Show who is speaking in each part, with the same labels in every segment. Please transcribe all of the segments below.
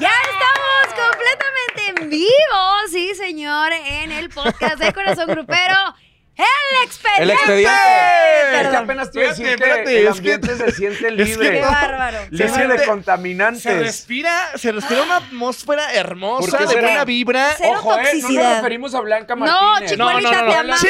Speaker 1: Ya estamos completamente en vivo, sí, señor, en el podcast de Corazón Grupero. El expediente.
Speaker 2: El expediente.
Speaker 3: Es que
Speaker 1: Perdón.
Speaker 3: apenas te iba a decir
Speaker 4: Espérate,
Speaker 3: que
Speaker 4: espérate,
Speaker 3: el
Speaker 4: es que-
Speaker 3: ambiente se siente
Speaker 4: es que-
Speaker 3: libre.
Speaker 1: Qué bárbaro.
Speaker 4: Se
Speaker 3: Libre de
Speaker 4: siente- Se
Speaker 3: contaminantes.
Speaker 4: respira, se respira una atmósfera hermosa,
Speaker 3: ¿Por qué
Speaker 4: de
Speaker 3: será?
Speaker 4: buena vibra.
Speaker 1: Cero
Speaker 3: Ojo, eh, no
Speaker 1: toxicidad.
Speaker 3: nos referimos a Blanca
Speaker 1: No,
Speaker 3: Martínez.
Speaker 1: Chicuelita,
Speaker 4: No, no, no, no.
Speaker 1: te amamos.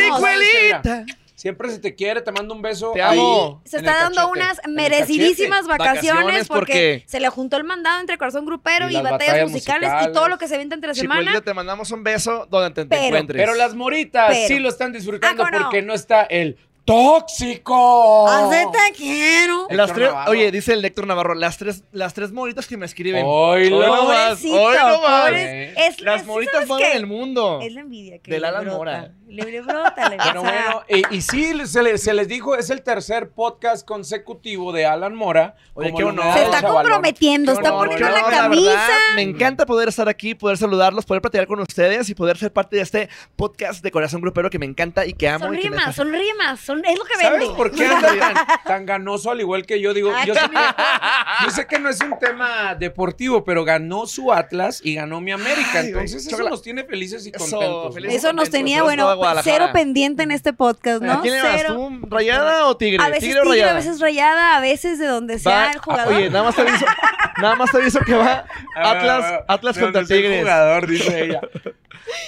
Speaker 4: ¡Chicuelita!
Speaker 3: Siempre se te quiere, te mando un beso.
Speaker 4: Te
Speaker 3: ahí,
Speaker 4: amo.
Speaker 1: Se
Speaker 3: en
Speaker 1: está
Speaker 3: el
Speaker 1: dando
Speaker 3: cachete,
Speaker 1: unas
Speaker 3: en el
Speaker 1: merecidísimas
Speaker 3: cachete.
Speaker 1: vacaciones,
Speaker 4: Vacaciones,
Speaker 1: porque
Speaker 4: porque-
Speaker 1: se le juntó el mandado entre Corazón Grupero
Speaker 3: Y
Speaker 1: y,
Speaker 3: las
Speaker 1: batallas,
Speaker 3: batallas
Speaker 1: musicales, y
Speaker 3: musicales.
Speaker 1: todo lo que se vende entre
Speaker 4: Chicuelita,
Speaker 1: semana.
Speaker 4: te mandamos un beso donde te, te
Speaker 1: Pero-
Speaker 4: encuentres.
Speaker 3: Pero las moritas
Speaker 1: Pero-
Speaker 3: sí lo están disfrutando
Speaker 1: Ah, ¿cómo no? Ah,
Speaker 3: porque no está el tóxico.
Speaker 1: Acepta quiero.
Speaker 3: Héctor
Speaker 4: Las tres-
Speaker 3: Navarro.
Speaker 4: oye, dice el Héctor Navarro, las tres, las tres moritas que me escriben.
Speaker 3: Oh. Oilo.
Speaker 4: no más,
Speaker 1: Pobrecito,
Speaker 4: hoy no más.
Speaker 1: pobre- es,
Speaker 4: las
Speaker 1: es-
Speaker 4: moritas
Speaker 1: ¿sabes
Speaker 4: fueron
Speaker 1: qué?
Speaker 4: el mundo.
Speaker 1: Es la envidia que
Speaker 4: Del
Speaker 1: le
Speaker 4: Alan
Speaker 1: brota.
Speaker 4: Mora.
Speaker 1: Le, le brota, le
Speaker 3: Pero
Speaker 1: o sea,
Speaker 3: bueno, eh, y, sí, se, le- se les dijo, es el tercer podcast consecutivo de Alan Mora.
Speaker 4: Oye,
Speaker 3: Como
Speaker 4: qué
Speaker 3: lo
Speaker 4: honor.
Speaker 3: me da
Speaker 1: Se
Speaker 3: el
Speaker 1: está
Speaker 3: chavalón.
Speaker 1: comprometiendo,
Speaker 3: Qué
Speaker 1: está
Speaker 3: honor,
Speaker 1: poniendo
Speaker 3: qué
Speaker 1: la
Speaker 3: honor,
Speaker 4: verdad,
Speaker 1: camisa.
Speaker 4: me encanta poder estar aquí, poder saludarlos, poder platicar con ustedes y poder ser parte de este podcast de Corazón Grupero que me encanta y que amo. y que
Speaker 1: sonríe
Speaker 4: me
Speaker 1: más, sonríe más, son- es lo que vende.
Speaker 3: ¿Sabes por qué anda tan, tan ganoso al igual que yo? Digo,
Speaker 1: Ah,
Speaker 3: yo, sé,
Speaker 1: chinga.
Speaker 3: yo sé que no es un tema deportivo, pero ganó su Atlas y ganó mi América.
Speaker 4: Ay, güey,
Speaker 3: Entonces eso
Speaker 4: chocolate.
Speaker 3: nos tiene felices y
Speaker 4: Eso,
Speaker 3: contentos.
Speaker 4: felices.
Speaker 1: Eso nos
Speaker 4: Contento,
Speaker 1: tenía,
Speaker 4: eso es
Speaker 1: bueno,
Speaker 4: todo Guadalajara.
Speaker 1: cero pendiente en este podcast, ¿no?
Speaker 4: ¿A quién le vas
Speaker 1: Cero.
Speaker 4: tú? ¿Rayada o tigre?
Speaker 1: A veces
Speaker 4: ¿Tigre o
Speaker 1: tigre,
Speaker 4: rayada?
Speaker 1: a veces rayada, a veces de donde
Speaker 4: Va- ah,
Speaker 1: sea el jugador.
Speaker 4: Oye, nada más te aviso, nada más te aviso que
Speaker 3: A
Speaker 4: va
Speaker 3: ver, a
Speaker 4: Atlas,
Speaker 3: ver,
Speaker 4: Atlas
Speaker 3: Ah, ¿de dónde
Speaker 4: contra
Speaker 3: es el
Speaker 4: Tigres.
Speaker 3: jugador, dice ella.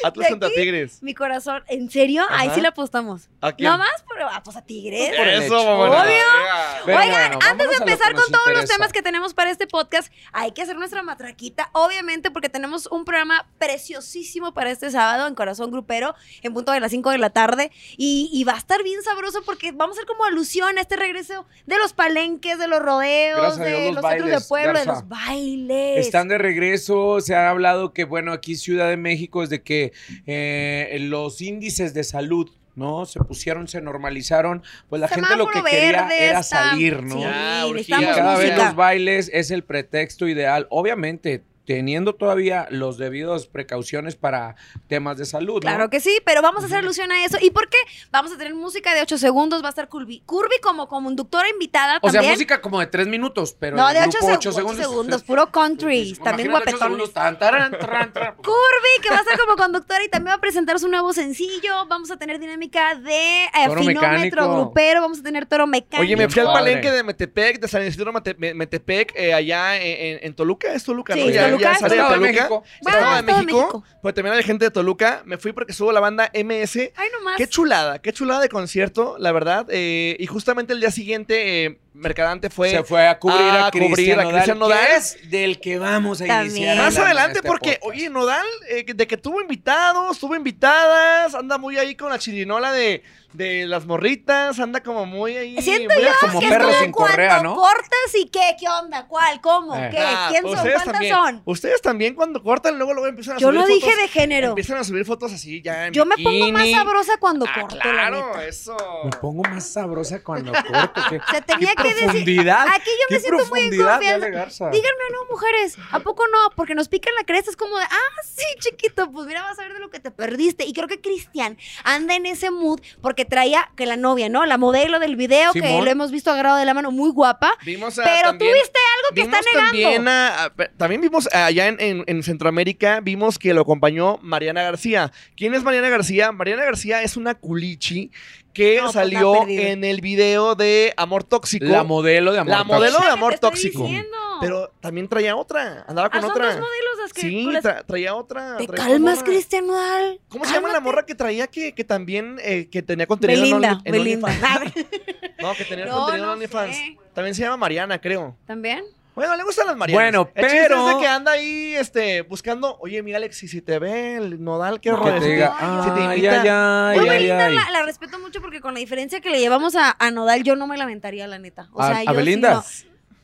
Speaker 4: Atlas
Speaker 1: ¿De
Speaker 4: contra
Speaker 1: aquí?
Speaker 4: Tigres.
Speaker 1: Mi corazón, ¿en serio? Ahí
Speaker 4: Ajá.
Speaker 1: sí le apostamos.
Speaker 4: ¿A quién?
Speaker 1: ¿No más? Pero, ah, pues a Tigres.
Speaker 3: Por el
Speaker 4: Eso,
Speaker 3: hecho.
Speaker 4: mamona.
Speaker 1: Obvio.
Speaker 3: Pero
Speaker 1: Oigan,
Speaker 3: bueno,
Speaker 1: antes de
Speaker 3: vámonos a lo que
Speaker 1: empezar
Speaker 3: nos
Speaker 1: con todos los
Speaker 3: interesa.
Speaker 1: temas que tenemos para este podcast, hay que hacer nuestra matraquita, obviamente, porque tenemos un programa preciosísimo para este sábado en Corazón Grupero, en punto de las 5 de la tarde, y, y va a estar bien sabroso porque vamos a hacer como alusión a este regreso de los palenques, de los rodeos,
Speaker 3: Gracias a
Speaker 1: de
Speaker 3: Dios, los
Speaker 1: los centros de
Speaker 3: bailes,
Speaker 1: pueblo, de
Speaker 3: Garza.
Speaker 1: los bailes.
Speaker 3: Están de regreso, se ha hablado que, bueno, aquí Ciudad de México es de que eh, los índices de salud, ¿no? Se pusieron, se normalizaron, pues la gente lo
Speaker 1: Semáforo
Speaker 3: que quería
Speaker 1: verde
Speaker 3: era
Speaker 1: está-
Speaker 3: salir, ¿no?
Speaker 1: Sí,
Speaker 4: Ya, urgía,
Speaker 3: Y
Speaker 1: necesitamos
Speaker 3: cada vez
Speaker 1: música.
Speaker 3: los bailes es el pretexto ideal, obviamente teniendo todavía los debidos precauciones para temas de salud. ¿no?
Speaker 1: Claro que sí, pero vamos a hacer alusión a eso. ¿Y por qué? Vamos a tener música de 8 segundos, va a estar Curvy. Curvy como conductora invitada
Speaker 3: O sea,
Speaker 1: también.
Speaker 3: música como de tres minutos, pero
Speaker 1: no,
Speaker 3: del
Speaker 1: de 8,
Speaker 3: grupo ocho pues,
Speaker 1: segundos. puro country, también
Speaker 3: Imagínate ocho
Speaker 1: guapetones.
Speaker 3: segundos, tan, taran, tran, tran.
Speaker 1: Curvy, que va a estar como conductora y también va a presentar su nuevo sencillo. Vamos a tener dinámica de eh,
Speaker 3: Toro
Speaker 1: finómetro
Speaker 3: mecánico.
Speaker 1: grupero, vamos a tener toro mecánico.
Speaker 4: Oye, me
Speaker 3: Bien
Speaker 4: fui al
Speaker 3: padre.
Speaker 4: palenque de Metepec, de San Isidro Mate- Me- Metepec, eh, allá en, en- en Toluca, es Toluca,
Speaker 1: Sí,
Speaker 4: ¿no? Ya,
Speaker 1: Toluca,
Speaker 4: ya sale de
Speaker 3: Estado de
Speaker 4: Toluca.
Speaker 3: México.
Speaker 1: Bueno,
Speaker 4: Estado de
Speaker 1: Estado de
Speaker 4: México,
Speaker 1: Ah, México.
Speaker 4: pero también hay gente de Toluca. Me fui porque subo la banda MS.
Speaker 1: Ay, nomás.
Speaker 4: Qué chulada, qué chulada de concierto, la verdad. eh, y justamente el día siguiente, eh, Mercadante fue...
Speaker 3: se fue a cubrir
Speaker 4: a
Speaker 3: a,
Speaker 4: cubrir
Speaker 3: Cristian
Speaker 4: a Cristian
Speaker 3: Nodal, que
Speaker 4: Nodal.
Speaker 3: es del que vamos a
Speaker 1: También.
Speaker 3: iniciar.
Speaker 4: Más
Speaker 3: hablando
Speaker 4: adelante,
Speaker 3: en este
Speaker 4: porque,
Speaker 3: podcast.
Speaker 4: oye, Nodal, eh, de que tuvo invitados, tuvo invitadas, anda muy ahí con la chirinola de, de las morritas, anda como muy ahí.
Speaker 1: Siento
Speaker 4: muy
Speaker 1: yo
Speaker 4: acomodado.
Speaker 3: como
Speaker 1: que
Speaker 3: perro
Speaker 1: es
Speaker 3: sin correa,
Speaker 1: cuando
Speaker 3: ¿no?
Speaker 1: cortas y qué, qué onda, cuál, cómo,
Speaker 3: Eh.
Speaker 1: qué,
Speaker 4: Ah,
Speaker 1: quién son,
Speaker 4: ustedes
Speaker 1: cuántas
Speaker 4: también,
Speaker 1: son.
Speaker 4: Ustedes también cuando cortan, luego luego empiezan a
Speaker 1: Yo
Speaker 4: subir
Speaker 1: lo dije
Speaker 4: fotos-
Speaker 1: de género.
Speaker 4: Empiezan a subir fotos así ya en
Speaker 1: Yo me pongo más
Speaker 4: bikini.
Speaker 1: sabrosa cuando
Speaker 4: Ah,
Speaker 1: corto, la
Speaker 4: claro,
Speaker 1: neta.
Speaker 4: eso.
Speaker 3: Me pongo más sabrosa cuando corto. ¿Qué,
Speaker 1: Se tenía
Speaker 3: qué
Speaker 1: que decir.
Speaker 3: profundidad.
Speaker 1: Aquí yo me
Speaker 3: qué
Speaker 1: siento muy en
Speaker 3: profundidad,
Speaker 1: confianza.
Speaker 3: Dale, Garza.
Speaker 1: Díganme o no, mujeres, ¿a poco no? Porque nos pican la cresta, es como de, ah, sí, chiquito, pues mira, vas a ver de lo que te perdiste. Y creo que Cristian anda en ese mood porque traía que la novia, ¿no? La modelo del video, que
Speaker 3: Simón.
Speaker 1: lo hemos visto agarrado de la mano, muy guapa.
Speaker 4: Vimos a
Speaker 1: Pero tú
Speaker 4: también-
Speaker 1: viste algo que
Speaker 4: vimos
Speaker 1: está negando.
Speaker 4: También, a- a- pe- también vimos allá en, en- en Centroamérica, vimos que lo acompañó Mariana García. ¿Quién es Mariana García? Mariana García es una culichi que
Speaker 1: No, pues, la
Speaker 4: salió
Speaker 1: perdida.
Speaker 4: en el video de Amor Tóxico.
Speaker 3: La modelo de amor.
Speaker 4: La modelo
Speaker 1: Es
Speaker 4: de
Speaker 1: lo que
Speaker 4: amor
Speaker 1: te estoy
Speaker 4: tóxico.
Speaker 1: diciendo.
Speaker 4: Pero también traía otra. Andaba
Speaker 1: Ah,
Speaker 4: con
Speaker 1: son
Speaker 4: otra.
Speaker 1: dos modelos las que.
Speaker 4: Sí,
Speaker 1: con las-
Speaker 4: tra- traía otra.
Speaker 1: Te
Speaker 4: traía
Speaker 1: calmas,
Speaker 4: otra.
Speaker 1: Cristian Nodal.
Speaker 4: ¿Cómo se llama la
Speaker 1: Cálmate.
Speaker 4: morra que traía que, que también eh, que tenía contenido en
Speaker 1: Belinda,
Speaker 4: Only- en
Speaker 1: Belinda.
Speaker 4: OnlyFans? No, que tenía
Speaker 1: No,
Speaker 4: contenido
Speaker 1: no
Speaker 4: en OnlyFans.
Speaker 1: sé.
Speaker 4: También se llama Mariana, creo.
Speaker 1: ¿También?
Speaker 4: Bueno, le gustan las Marianas.
Speaker 3: Bueno,
Speaker 4: El chiste
Speaker 3: pero-
Speaker 4: es de que anda ahí este, buscando, oye, mira, Alexis, si te ve el nodal, qué Este,
Speaker 3: Que
Speaker 4: rollo.
Speaker 3: te
Speaker 4: Si
Speaker 3: diga,
Speaker 1: Ay, si
Speaker 4: te
Speaker 3: ay,
Speaker 4: invita-
Speaker 3: ay, ay,
Speaker 1: Yo
Speaker 3: ay,
Speaker 1: Belinda
Speaker 3: ay.
Speaker 1: La, la respeto mucho porque con la diferencia que le llevamos a, a Nodal, yo no me lamentaría, la neta. O
Speaker 3: ¿A-
Speaker 1: sea,
Speaker 3: a
Speaker 1: yo sí
Speaker 3: Belinda?
Speaker 1: no.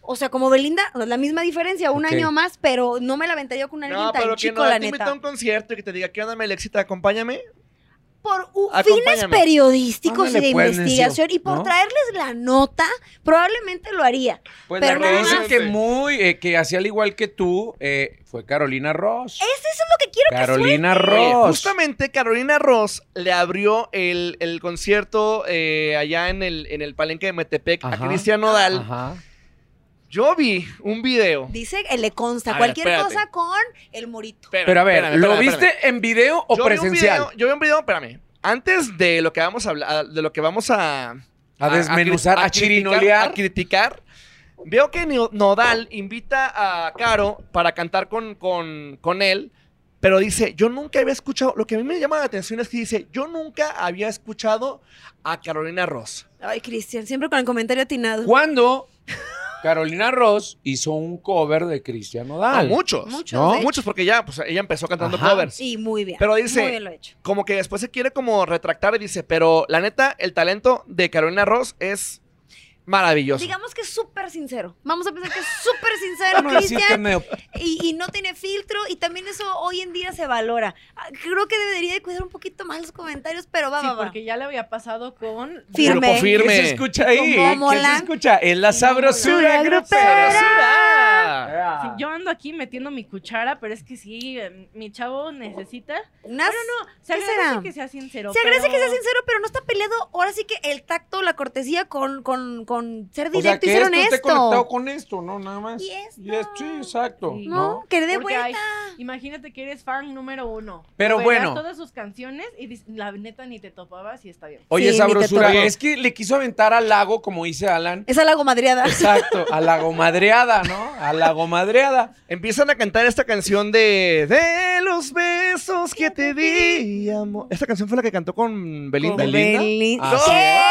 Speaker 1: O sea, como Belinda, la misma diferencia, un
Speaker 3: Ok.
Speaker 1: año más, pero no me lamentaría yo con alguien
Speaker 4: No,
Speaker 1: tan
Speaker 4: pero que
Speaker 1: chico,
Speaker 4: no
Speaker 1: la
Speaker 4: te invita
Speaker 1: neta.
Speaker 4: a un concierto y que te diga, ¿qué onda, mi Alexita? Acompáñame.
Speaker 1: Por u-
Speaker 4: Acompáñame.
Speaker 1: fines periodísticos
Speaker 3: Ándale,
Speaker 1: y de
Speaker 3: pues,
Speaker 1: investigación
Speaker 3: necio,
Speaker 1: y por
Speaker 3: ¿no?
Speaker 1: traerles la nota, probablemente lo haría.
Speaker 3: Pues
Speaker 1: Pero
Speaker 3: la que
Speaker 1: nada
Speaker 3: dicen
Speaker 4: más.
Speaker 3: que muy, eh, que hacía al igual que tú, eh, fue Carolina Ross.
Speaker 1: Eso es lo Eh, que quiero
Speaker 3: Carolina
Speaker 4: Oye,
Speaker 3: Ross.
Speaker 4: justamente Carolina Ross le abrió el, el concierto eh, allá en el, en el palenque de Metepec a
Speaker 3: Ajá.
Speaker 4: Cristian Nodal.
Speaker 3: Ajá.
Speaker 4: Yo vi un video.
Speaker 1: Dice, eh, le consta
Speaker 4: A ver,
Speaker 1: cualquier
Speaker 4: espérate.
Speaker 1: cosa con el morito.
Speaker 3: Pero a ver,
Speaker 4: Espérame,
Speaker 3: ¿lo
Speaker 4: espérame,
Speaker 3: viste
Speaker 4: espérame.
Speaker 3: en video o
Speaker 4: Yo vi un
Speaker 3: presencial?
Speaker 4: video- yo vi un video, espérame. Antes de lo que vamos a hablar, de lo que vamos a.
Speaker 3: a desmenuzar, a,
Speaker 4: criticar-
Speaker 3: chirinolear.
Speaker 4: A criticar. Veo que Ni- Nodal invita a Caro para cantar con, con, con él, pero dice, yo nunca había escuchado, lo que a mí me llama la atención es que dice, yo nunca había escuchado a Carolina Ross.
Speaker 1: Ay, Cristian, siempre con el comentario atinado.
Speaker 3: Cuando Carolina Ross hizo un cover de Cristian
Speaker 4: A
Speaker 3: Nodal.
Speaker 4: muchos,
Speaker 1: Muchos,
Speaker 4: ¿no?
Speaker 1: de hecho.
Speaker 4: Muchos, porque ya, pues ella empezó cantando
Speaker 3: Ajá.
Speaker 4: covers.
Speaker 1: Sí, muy bien.
Speaker 4: Pero dice-
Speaker 1: Muy bien lo hecho.
Speaker 4: Como que después se quiere como retractar y dice, pero la neta, el talento de Carolina Ross es maravilloso.
Speaker 1: Digamos que es súper sincero. Vamos a pensar que es súper sincero,
Speaker 3: Bueno, así es que
Speaker 1: Cristian.
Speaker 3: medio-
Speaker 1: Y, y no tiene filtro. Y también eso hoy en día se valora. Ah, Creo que debería de cuidar un poquito más los comentarios, pero va,
Speaker 2: Sí,
Speaker 1: va, va.
Speaker 2: porque ya le había pasado con...
Speaker 1: Firme.
Speaker 4: Grupo
Speaker 3: ¿Qué
Speaker 4: firme.
Speaker 3: se escucha ahí?
Speaker 1: Como
Speaker 3: ¿Qué se
Speaker 1: Molan.
Speaker 3: escucha? Es la sabrosura
Speaker 1: Sabrosura
Speaker 3: grupera.
Speaker 4: ¡Sabrosura!
Speaker 2: Sí,
Speaker 3: Ah.
Speaker 2: yo ando aquí metiendo mi cuchara, pero es que sí, eh, mi chavo necesita.
Speaker 1: Unas-
Speaker 2: Se
Speaker 1: ¿Qué
Speaker 2: agradece
Speaker 1: será?
Speaker 2: que sea sincero.
Speaker 1: Se agradece
Speaker 2: pero-
Speaker 1: que sea sincero, pero no está peleado ahora sí que el tacto, la cortesía con, con, con ser
Speaker 3: O sea,
Speaker 1: directo
Speaker 3: que
Speaker 1: y ser
Speaker 3: esto esté conectado
Speaker 1: honesto.
Speaker 3: con esto, ¿no? Nada más.
Speaker 1: Y esto.
Speaker 3: sí, exacto.
Speaker 2: Sí.
Speaker 1: No, que le dé
Speaker 2: Porque
Speaker 1: vuelta.
Speaker 2: hay- Imagínate que eres fan número uno.
Speaker 3: Pero
Speaker 2: Verás
Speaker 3: bueno.
Speaker 2: todas sus canciones y dices, la neta ni te topabas y está bien.
Speaker 3: Oye,
Speaker 1: Sí, ni te
Speaker 3: sabrosura,
Speaker 1: tocó.
Speaker 3: es que le quiso aventar al lago, como dice Alan.
Speaker 1: Esa la gomadreada.
Speaker 3: Exacto, a la gomadreada, ¿no? A la gomadreada.
Speaker 4: Empiezan a cantar esta canción de De los besos que te di, amor. Esta canción fue la que cantó con Belinda.
Speaker 3: Con Belinda.
Speaker 1: Belinda.
Speaker 3: Así
Speaker 1: ¿Qué?
Speaker 3: es.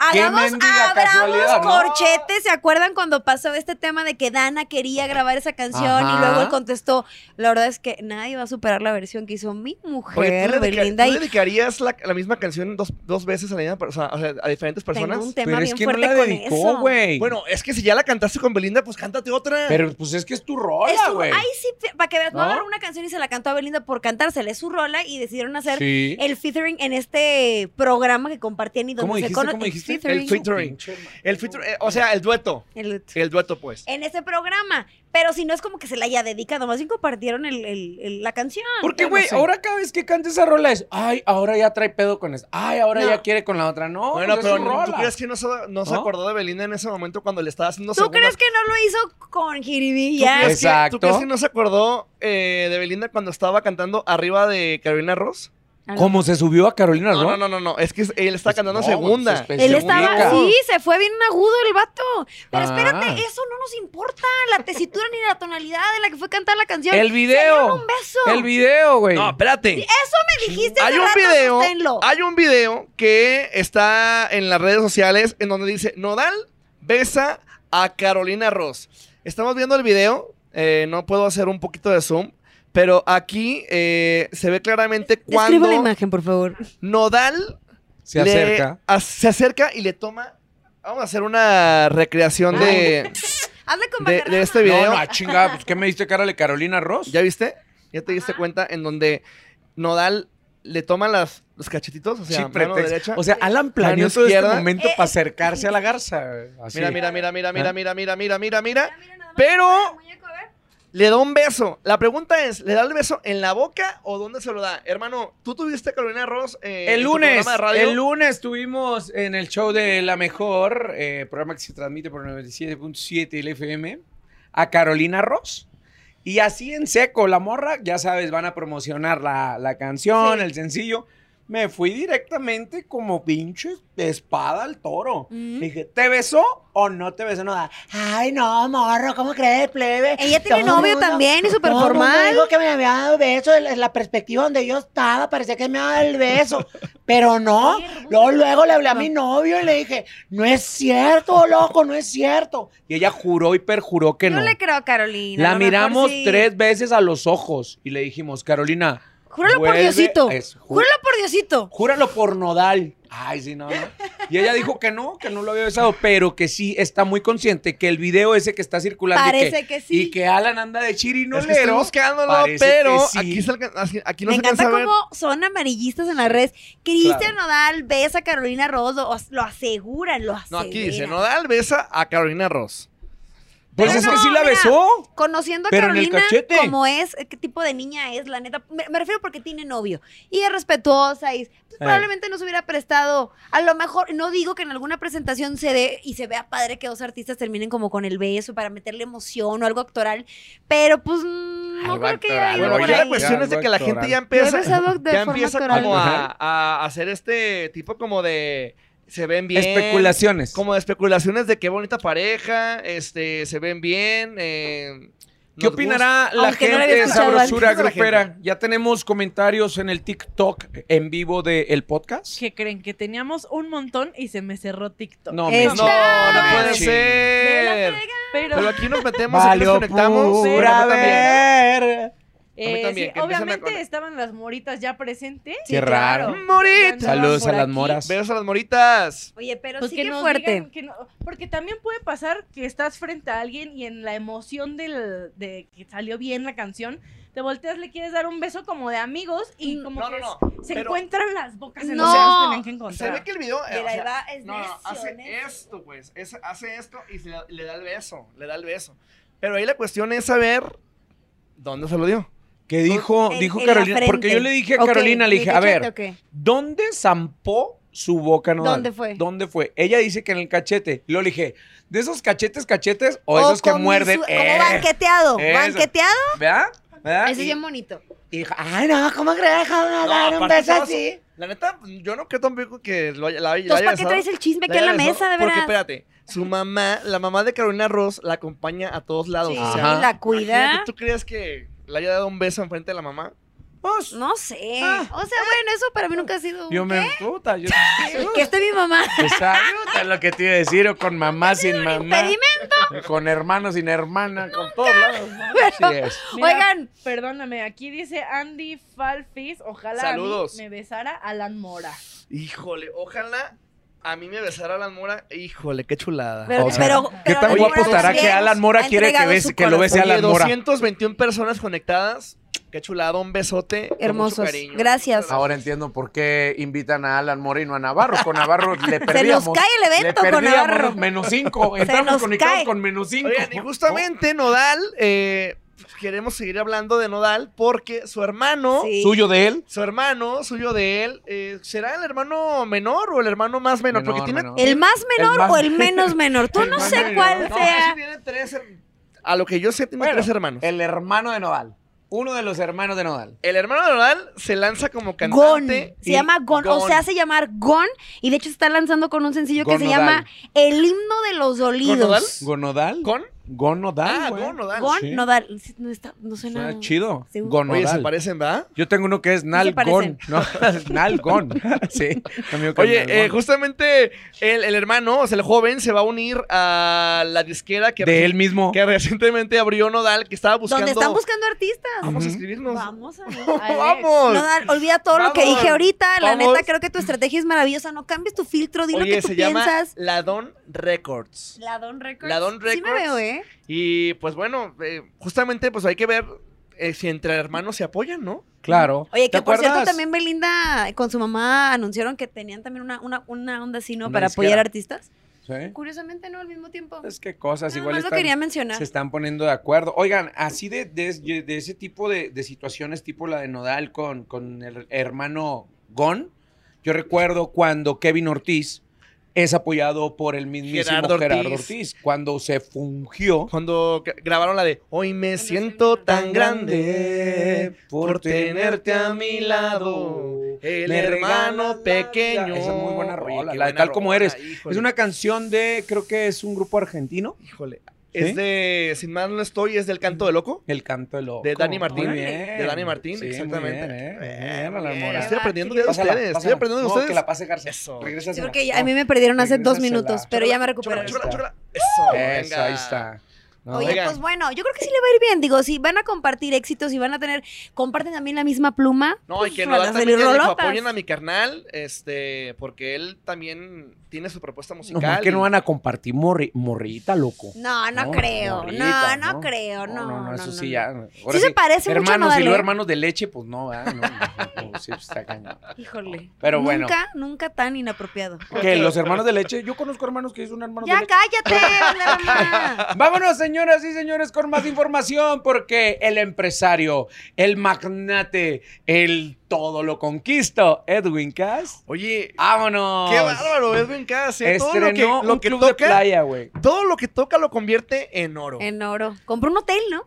Speaker 3: Ah, ¡Qué
Speaker 1: Hagamos,
Speaker 3: mendiga
Speaker 1: abramos
Speaker 3: casualidad, no!
Speaker 1: corchetes. ¿Se acuerdan cuando pasó este tema de que Dana quería grabar esa canción
Speaker 3: Ajá.
Speaker 1: y luego él contestó? La verdad es que nadie va a superar la versión que hizo mi
Speaker 4: Oye, ¿tú
Speaker 1: mujer,
Speaker 4: dedica-
Speaker 1: Belinda.
Speaker 4: ¿tú
Speaker 1: Y
Speaker 4: dedicarías la, la misma canción dos, dos veces a la misma persona, o sea, a diferentes
Speaker 1: tengo un
Speaker 4: personas?
Speaker 1: tema
Speaker 3: Pero es
Speaker 1: bien
Speaker 3: que no
Speaker 1: fuerte
Speaker 3: la
Speaker 1: con
Speaker 3: dedicó,
Speaker 1: eso.
Speaker 3: güey.
Speaker 4: Bueno, es que si ya la cantaste con Belinda, pues cántate otra.
Speaker 3: Pero pues es que es tu rola,
Speaker 1: Es su-
Speaker 3: güey.
Speaker 1: ahí sí, para que veas, no,
Speaker 3: ¿No?
Speaker 1: agarró una canción y se la cantó a Belinda por cantársela. Es su rola y decidieron hacer
Speaker 3: Sí.
Speaker 1: el featuring en este programa que compartían y donde
Speaker 3: ¿Cómo
Speaker 1: se
Speaker 3: dijiste?
Speaker 1: cono-
Speaker 3: ¿Cómo
Speaker 1: el
Speaker 3: dijiste? El
Speaker 1: featuring.
Speaker 4: feat- featuring. el feature- eh, o sea, el dueto.
Speaker 1: El-
Speaker 4: El dueto, pues.
Speaker 1: en este programa. Pero si no es como que se la haya dedicado, más bien compartieron el- el- el- la canción.
Speaker 3: Porque,
Speaker 1: Yo Ah, no
Speaker 3: güey,
Speaker 1: sé.
Speaker 3: ahora cada vez que canta esa rola es, ay, ahora ya trae pedo con esta, ay, ahora
Speaker 1: No.
Speaker 3: ya quiere con la otra. No,
Speaker 4: bueno,
Speaker 3: pues es
Speaker 4: pero
Speaker 3: su
Speaker 4: ¿tú
Speaker 3: rola.
Speaker 4: crees que no se, no se
Speaker 3: ¿No?
Speaker 4: acordó de Belinda en ese momento cuando le estaba haciendo
Speaker 1: ¿Tú
Speaker 4: segundas?
Speaker 1: crees que no lo hizo con
Speaker 4: ¿Tú crees
Speaker 1: jiribilla?
Speaker 4: que-
Speaker 3: Exacto.
Speaker 4: ¿Tú crees que no se acordó eh, de Belinda cuando estaba cantando arriba de Carolina Ross?
Speaker 1: Ah,
Speaker 3: ¿Cómo se subió a Carolina
Speaker 4: No,
Speaker 3: Ross?
Speaker 4: no, no, no, no, Es que él está
Speaker 3: Pues
Speaker 4: cantando
Speaker 3: no,
Speaker 4: segunda.
Speaker 3: pues es
Speaker 1: Él
Speaker 3: se
Speaker 1: estaba
Speaker 3: ubica.
Speaker 1: así, se fue bien agudo el vato. Pero
Speaker 3: Ah.
Speaker 1: espérate, eh, eso no nos importa, la tesitura ni la tonalidad en la que fue cantar la canción.
Speaker 3: El
Speaker 1: Señor,
Speaker 3: video.
Speaker 1: un beso.
Speaker 3: El video, güey.
Speaker 4: No, espérate.
Speaker 1: Me dijiste
Speaker 4: Hay
Speaker 1: hace
Speaker 4: un
Speaker 1: rato,
Speaker 4: video.
Speaker 1: sosténlo.
Speaker 4: Hay un video que está en las redes sociales en donde dice Nodal besa a Carolina Ross. Estamos viendo el video. eh, no puedo hacer un poquito de zoom. Pero aquí eh, se ve claramente
Speaker 1: Describe la
Speaker 4: cuando
Speaker 1: imagen, por favor.
Speaker 4: Nodal
Speaker 3: Se
Speaker 4: le-
Speaker 3: acerca.
Speaker 4: a- se acerca y le toma. Vamos a hacer una
Speaker 1: Ah.
Speaker 4: recreación de,
Speaker 1: Hazle con
Speaker 4: de- de
Speaker 1: Valderrama.
Speaker 4: este
Speaker 3: No,
Speaker 4: video.
Speaker 3: no, ah, chingada, pues ¿qué me diste cara de Carolina Ross?
Speaker 4: ¿Ya viste? ¿Ya te diste
Speaker 1: Ajá.
Speaker 4: cuenta en donde Nodal le toma las, los cachetitos? O sea,
Speaker 3: Sí,
Speaker 4: mano
Speaker 3: pretexto.
Speaker 4: derecha.
Speaker 3: O sea, Alan planeó
Speaker 4: Mano
Speaker 3: todo este
Speaker 4: izquierda.
Speaker 3: momento
Speaker 1: Eh,
Speaker 3: para acercarse a la garza. güey, así.
Speaker 4: mira, mira, mira, mira, mira,
Speaker 3: ¿Ah?
Speaker 4: mira, mira, mira, mira, mira.
Speaker 1: Mira, mira, nada más.
Speaker 4: Pero-
Speaker 1: Muñeco, a ver.
Speaker 4: Le da un beso. La pregunta es, ¿le da el beso en la boca o dónde se lo da? Hermano, tú tuviste a Carolina Ross eh, en
Speaker 3: El
Speaker 4: tu
Speaker 3: lunes,
Speaker 4: programa de radio?
Speaker 3: el lunes tuvimos en el show de La Mejor, eh, programa que se transmite por 97.7 el FM, a Carolina Ross. Y así en seco, la morra, ya sabes, van a promocionar la, la canción,
Speaker 1: Sí.
Speaker 3: el sencillo. Me fui directamente como pinche de espada al toro.
Speaker 1: Mm.
Speaker 3: Dije, ¿te besó o no te besó nada? Ay, no, morro, ¿cómo crees, plebe?
Speaker 1: Ella tiene
Speaker 5: Todo
Speaker 1: novio
Speaker 5: mundo-
Speaker 1: también y súper
Speaker 5: Todo el mundo
Speaker 1: formal.
Speaker 5: dijo que me había dado beso en la- en la perspectiva donde yo estaba, parecía que me había dado el beso, pero no. Luego, luego le hablé a mi novio y le dije, no es cierto, loco, no es cierto.
Speaker 3: Y ella juró y perjuró que
Speaker 1: Yo
Speaker 3: no.
Speaker 1: le creo a Carolina. a
Speaker 3: La
Speaker 1: lo mejor
Speaker 3: miramos
Speaker 1: sí.
Speaker 3: tres veces a los ojos y le dijimos, Carolina,
Speaker 1: Júralo por
Speaker 3: Vuelve
Speaker 1: Diosito.
Speaker 3: a eso. Ju-
Speaker 1: Júralo por Diosito.
Speaker 3: júralo por Nodal. Ay, sí, no, no. Y ella dijo que no, que no lo había besado, pero que sí está muy consciente que el video ese que está circulando y
Speaker 1: Parece que sí.
Speaker 3: y que Alan anda de
Speaker 4: Es que estoy
Speaker 3: chirinolero.
Speaker 4: buscándolo,
Speaker 3: Parece
Speaker 4: pero
Speaker 3: que sí.
Speaker 4: aquí, se alca- así- aquí no
Speaker 1: Me
Speaker 4: se alcanza
Speaker 1: encanta
Speaker 4: a ver.
Speaker 1: cómo son amarillistas en la red. Cristian Nodal besa a Carolina Rodo. Lo aseguran, lo aseguran.
Speaker 4: No, aquí dice, Nodal besa a Carolina Ross.
Speaker 3: Pues
Speaker 1: Pero
Speaker 3: es
Speaker 1: no,
Speaker 3: que sí la
Speaker 1: mira.
Speaker 3: besó.
Speaker 1: Conociendo a
Speaker 3: Pero en el
Speaker 1: Carolina
Speaker 3: cachete.
Speaker 1: como es, eh, qué tipo de niña es, la neta. Me, me refiero porque tiene novio y es respetuosa y
Speaker 3: Eh.
Speaker 1: pues, probablemente no se hubiera prestado. A lo mejor, no digo que en alguna presentación se dé y se vea padre que dos artistas terminen como con el beso para meterle emoción o algo actoral, pero pues mm, no
Speaker 3: Algo
Speaker 1: creo que
Speaker 3: actoral,
Speaker 1: haya ido
Speaker 4: Bueno,
Speaker 3: Algo
Speaker 1: por
Speaker 4: ya
Speaker 1: ahí.
Speaker 4: la cuestión es de que la
Speaker 3: Doctoral.
Speaker 4: gente
Speaker 1: Yo
Speaker 4: ya
Speaker 1: he
Speaker 4: empieza,
Speaker 1: besado de
Speaker 4: ya
Speaker 1: forma
Speaker 4: empieza
Speaker 1: actoral.
Speaker 4: como
Speaker 3: Ajá.
Speaker 4: a, a hacer este tipo como de... Se ven bien.
Speaker 3: Especulaciones.
Speaker 4: Como de especulaciones de qué bonita pareja, este, se ven bien. eh,
Speaker 3: ¿Qué
Speaker 4: nos
Speaker 3: opinará la
Speaker 1: Aunque no la
Speaker 3: gente
Speaker 1: había
Speaker 3: de
Speaker 1: escuchado
Speaker 3: Sabrosura
Speaker 4: antes.
Speaker 3: Grupera? Ya tenemos comentarios en el TikTok en vivo del podcast.
Speaker 2: que creen que teníamos un montón y se me cerró TikTok.
Speaker 3: No,
Speaker 1: Este
Speaker 4: gusta. No, no puede
Speaker 3: Sí.
Speaker 1: Me la
Speaker 4: ser.
Speaker 1: frega.
Speaker 2: Pero,
Speaker 4: Pero aquí nos metemos, aquí nos conectamos.
Speaker 2: pura
Speaker 4: pero no también.
Speaker 3: ver.
Speaker 2: eh,
Speaker 4: también,
Speaker 2: sí,
Speaker 4: que empiezan a
Speaker 2: obviamente
Speaker 4: con-
Speaker 2: estaban las moritas ya presentes.
Speaker 3: Qué raro.
Speaker 2: claro.
Speaker 4: Morita.
Speaker 2: Ya andaban
Speaker 3: Saludos
Speaker 2: por
Speaker 3: a las
Speaker 2: aquí.
Speaker 3: moras.
Speaker 4: Besos a las moritas.
Speaker 1: Oye, pero
Speaker 2: Pues
Speaker 1: sí
Speaker 2: que
Speaker 1: que
Speaker 2: nos
Speaker 1: fuerte.
Speaker 2: digan que no- porque también puede pasar que estás frente a alguien y en la emoción del, de que salió bien la canción, te volteas, le quieres dar un beso como de amigos y
Speaker 1: Mm.
Speaker 2: como
Speaker 4: No,
Speaker 2: que
Speaker 4: no, no,
Speaker 2: se
Speaker 4: pero-
Speaker 2: encuentran las bocas en
Speaker 1: No.
Speaker 2: donde se tenían que
Speaker 4: Se ve
Speaker 2: encontrar.
Speaker 4: que el video. eh,
Speaker 1: Mira,
Speaker 4: o sea,
Speaker 1: ahí va, es
Speaker 4: no, no,
Speaker 1: necio,
Speaker 4: hace
Speaker 1: necio.
Speaker 4: esto, pues. es- hace esto y se la- le da el beso. Le da el beso. Pero ahí la cuestión es saber dónde se lo dio.
Speaker 3: Que dijo,
Speaker 1: En-
Speaker 3: dijo
Speaker 1: en la
Speaker 3: Carolina, porque
Speaker 1: frente.
Speaker 3: yo le dije a
Speaker 1: Ok,
Speaker 3: Carolina, le dije,
Speaker 1: ¿de
Speaker 3: a
Speaker 1: cachete
Speaker 3: ver,
Speaker 1: o qué?
Speaker 3: ¿dónde zampó su boca nodal?
Speaker 1: ¿Dónde fue?
Speaker 3: ¿Dónde fue? Ella dice que en el cachete. Lo le dije, ¿de esos cachetes, cachetes o, esos que
Speaker 1: con mi
Speaker 3: muerden?
Speaker 1: su-
Speaker 3: Eh,
Speaker 1: Como banqueteado.
Speaker 3: eso.
Speaker 1: Banqueteado.
Speaker 3: ¿Verdad? ¿Verdad?
Speaker 1: Eso es
Speaker 3: Y-
Speaker 1: bien bonito.
Speaker 3: y dijo, "Ah,
Speaker 5: Ay, no, ¿cómo crees, cabrón?
Speaker 4: No,
Speaker 5: Dar un
Speaker 4: aparte
Speaker 5: beso
Speaker 4: te vas-
Speaker 5: así.
Speaker 4: La neta, yo no creo tampoco que lo haya, la, la
Speaker 1: Entonces,
Speaker 4: haya
Speaker 1: ¿para qué
Speaker 4: besado.
Speaker 1: traes el chisme
Speaker 4: La
Speaker 1: aquí en la
Speaker 4: haya besado,
Speaker 1: mesa, de
Speaker 4: Porque
Speaker 1: verdad?
Speaker 4: espérate, su mamá, la mamá de Carolina Ross, la acompaña a todos lados.
Speaker 1: Sí,
Speaker 4: o sea,
Speaker 3: Ajá.
Speaker 1: la
Speaker 4: imagínate,
Speaker 1: cuida.
Speaker 4: ¿Tú crees que le haya dado un beso enfrente de la mamá?
Speaker 3: pues,
Speaker 1: No sé.
Speaker 3: Ah.
Speaker 1: o sea, bueno, eso para mí nunca ha sido. un
Speaker 3: yo me
Speaker 1: ¿qué?
Speaker 3: puta, yo
Speaker 1: Que esté mi mamá.
Speaker 3: Exacto, es lo que te iba a decir, o con mamá sin mamá,
Speaker 1: Impedimento.
Speaker 3: con hermano sin hermana, con todos lados. ¿no? Así es.
Speaker 2: Mira,
Speaker 1: Oigan.
Speaker 2: Perdóname, aquí dice Andy Falfis, ojalá a mí
Speaker 4: Saludos.
Speaker 2: me besara Alan Mora.
Speaker 4: Híjole, ojalá a mí me besara Alan Mora. Híjole, qué chulada.
Speaker 1: Pero,
Speaker 3: O sea,
Speaker 1: pero-
Speaker 3: ¿Qué
Speaker 1: pero
Speaker 3: tan
Speaker 1: Alan
Speaker 3: guapo
Speaker 1: Mora
Speaker 3: estará que
Speaker 1: también
Speaker 3: Alan Mora
Speaker 1: ha
Speaker 3: quiere que,
Speaker 1: entregado
Speaker 3: bese-
Speaker 1: su
Speaker 3: que lo bese
Speaker 1: corazón.
Speaker 4: Oye,
Speaker 3: Pues, Alan Mora?
Speaker 4: 221 personas conectadas. Qué chulada, un besote. con
Speaker 1: Hermosos.
Speaker 4: mucho cariño.
Speaker 1: Gracias.
Speaker 4: Muchas
Speaker 3: Ahora entiendo por qué invitan a Alan Moreno a Navarro. Con Navarro le
Speaker 1: Se nos
Speaker 3: perdíamos.
Speaker 1: cae el evento
Speaker 3: le
Speaker 1: con
Speaker 3: perdíamos
Speaker 1: Navarro.
Speaker 3: menos cinco.
Speaker 1: Se
Speaker 3: Entramos
Speaker 1: nos
Speaker 3: conectados
Speaker 1: cae.
Speaker 3: con menos cinco.
Speaker 4: Oigan, y justamente Nodal, eh, queremos seguir hablando de Nodal porque su hermano,
Speaker 1: Sí.
Speaker 3: Oh, Suyo de él.
Speaker 4: su hermano, suyo de él, eh, ¿será el hermano menor o el hermano más menor?
Speaker 3: Menor,
Speaker 4: porque tiene,
Speaker 3: menor.
Speaker 1: ¿El más menor
Speaker 3: El más-
Speaker 1: o el menos menor? Tú
Speaker 3: El
Speaker 1: no
Speaker 3: más
Speaker 1: sé
Speaker 3: menor.
Speaker 1: cuál
Speaker 4: No, ese
Speaker 1: sea.
Speaker 4: tiene tres her- A lo que yo sé, tiene
Speaker 3: Bueno,
Speaker 4: tres hermanos. El,
Speaker 3: El hermano de Nodal. Uno de los hermanos de Nodal.
Speaker 4: hermano de Nodal se lanza como
Speaker 1: Gon.
Speaker 4: cantante.
Speaker 1: Se
Speaker 4: y-
Speaker 1: llama Gon, o
Speaker 4: Gon.
Speaker 1: se hace llamar Gon. Y de hecho se está lanzando con un sencillo que
Speaker 3: Gon
Speaker 1: se
Speaker 3: Nodal.
Speaker 1: llama El himno de los
Speaker 4: Nodal?
Speaker 1: dolidos.
Speaker 3: ¿Gonodal?
Speaker 4: ¿Con?
Speaker 3: ¿Gonodal?
Speaker 4: Ah,
Speaker 3: güey.
Speaker 4: Gon Nodal.
Speaker 1: Gon
Speaker 3: Sí.
Speaker 1: Nodal. Sí, No, está- no suena.
Speaker 3: Suena chido.
Speaker 1: Sí.
Speaker 4: Oye, se
Speaker 3: Gonodal.
Speaker 4: parecen, ¿verdad?
Speaker 3: Yo tengo uno que es Nalgon. No, Nalgon. Sí. amigo que
Speaker 4: Oye,
Speaker 3: es
Speaker 4: eh,
Speaker 3: Nalgon.
Speaker 4: justamente el, el hermano, o sea, el joven, se va a unir a la disquera que,
Speaker 3: de
Speaker 4: reci-
Speaker 3: él mismo.
Speaker 4: que recientemente abrió Nodal, que estaba buscando.
Speaker 1: Donde están buscando artistas.
Speaker 4: Vamos a
Speaker 3: Ujú.
Speaker 4: escribirnos.
Speaker 1: Vamos a ver.
Speaker 2: Alex,
Speaker 4: ¡Vamos!
Speaker 1: Nodal, olvida todo lo que
Speaker 4: Vamos,
Speaker 1: dije ahorita. La
Speaker 4: vamos.
Speaker 1: neta, creo que tu estrategia es maravillosa. No cambies tu filtro, di lo
Speaker 4: Oye,
Speaker 1: que tú
Speaker 4: se
Speaker 1: piensas.
Speaker 4: llama Ladon Records.
Speaker 1: La Don Records.
Speaker 4: La
Speaker 1: Sí
Speaker 4: Don
Speaker 1: me
Speaker 4: Records.
Speaker 1: veo, ¿eh?
Speaker 4: Y pues bueno, eh, justamente pues hay que ver eh, si entre hermanos se apoyan, ¿no?
Speaker 3: Claro.
Speaker 1: Oye,
Speaker 3: ¿Te
Speaker 1: que por cierto
Speaker 3: acuerdas?
Speaker 1: también Belinda con su mamá anunciaron que tenían también una, una, una onda así, ¿no?
Speaker 3: Una
Speaker 1: para apoyar
Speaker 3: disquera.
Speaker 1: artistas.
Speaker 3: Sí.
Speaker 1: Curiosamente, no al mismo tiempo.
Speaker 4: Pues
Speaker 3: Es que cosas
Speaker 1: Nada
Speaker 3: igual
Speaker 1: más lo
Speaker 3: están-
Speaker 1: quería mencionar.
Speaker 3: se están poniendo de acuerdo. Oigan, así de, de- de ese tipo de, de situaciones, tipo la de Nodal con, con el hermano Gon, yo recuerdo cuando Kevin Ortiz es apoyado por el mismísimo
Speaker 4: Gerardo
Speaker 3: Gerardo
Speaker 4: Ortiz.
Speaker 3: Ortiz, cuando se fungió
Speaker 4: Cuando g- grabaron la de Hoy me siento tan grande por tenerte a mi lado. El
Speaker 3: Me
Speaker 4: hermano
Speaker 3: regalas la
Speaker 4: pequeño.
Speaker 3: vida. Esa es muy buena rola,
Speaker 4: qué
Speaker 3: la de
Speaker 4: buena
Speaker 3: Tal como eres.
Speaker 4: híjole.
Speaker 3: Es una canción de, creo que es un grupo argentino,
Speaker 4: Híjole.
Speaker 3: ¿Sí?
Speaker 4: Es de, sin más no estoy, es del canto de loco.
Speaker 3: El Canto del Loco.
Speaker 4: De Dani Martín.
Speaker 3: Muy
Speaker 4: De Dani Martín,
Speaker 3: Sí, muy
Speaker 4: exactamente.
Speaker 3: bien, ¿eh? Muy
Speaker 4: Eh,
Speaker 3: bien, Alan
Speaker 4: bien.
Speaker 3: Mora.
Speaker 4: Estoy
Speaker 1: Ah,
Speaker 4: aprendiendo
Speaker 1: qué
Speaker 4: de
Speaker 1: bien.
Speaker 4: ustedes.
Speaker 3: Pásala,
Speaker 4: Estoy
Speaker 3: pásala.
Speaker 4: aprendiendo de
Speaker 3: No,
Speaker 4: ustedes.
Speaker 3: que la pase Garza.
Speaker 4: Eso.
Speaker 3: Regrésasela.
Speaker 1: Sí, porque ya- a mí me perdieron hace dos
Speaker 3: Regrésasela.
Speaker 1: minutos, pero ya me recuperé.
Speaker 4: Chúcala, chúcala,
Speaker 3: Regresa.
Speaker 4: chúcala. Eso.
Speaker 3: Eso,
Speaker 4: venga.
Speaker 3: ahí está. No,
Speaker 1: Oye,
Speaker 4: Oigan.
Speaker 1: pues bueno, yo creo que sí le va a ir bien. Digo, si van a compartir éxitos y van a tener, comparten también la misma pluma.
Speaker 4: No,
Speaker 1: pues,
Speaker 4: y que
Speaker 1: van
Speaker 4: nos
Speaker 1: a salir rolotas.
Speaker 4: apoyen a mi carnal, este, porque él también tiene su propuesta musical.
Speaker 3: Nomás que
Speaker 4: y-
Speaker 3: no van a compartir morri- morrita, loco.
Speaker 1: No, no, creo.
Speaker 3: morrita,
Speaker 1: no, no, creo. No,
Speaker 3: no, no, eso
Speaker 1: no,
Speaker 3: sí
Speaker 1: no.
Speaker 3: ya.
Speaker 1: Sí,
Speaker 3: Ahora
Speaker 1: se parece mucho a
Speaker 3: Hermanos, y
Speaker 1: Nodal.
Speaker 3: los
Speaker 1: ¿eh?
Speaker 3: hermanos de leche, pues no, ¿verdad? No, no, no, no, sí, está cañón.
Speaker 1: Híjole.
Speaker 3: Pero bueno.
Speaker 1: Nunca, nunca tan inapropiado.
Speaker 3: Que los hermanos de leche, yo conozco hermanos que son hermanos de
Speaker 1: Ya
Speaker 3: leche.
Speaker 1: cállate, la mamá.
Speaker 3: Vámonos, señoras y señores, con más información, porque el empresario, el magnate, el todo lo conquisto, Edwin Cass.
Speaker 4: Oye,
Speaker 3: ¡Vámonos!
Speaker 4: qué bárbaro, Edwin Cass. ¿eh? Todo lo que,
Speaker 3: Estrenó
Speaker 4: lo
Speaker 3: un
Speaker 4: que
Speaker 3: club de
Speaker 4: toca,
Speaker 3: playa, güey.
Speaker 4: todo lo que toca lo convierte en oro.
Speaker 1: En oro. Compró un hotel, ¿no?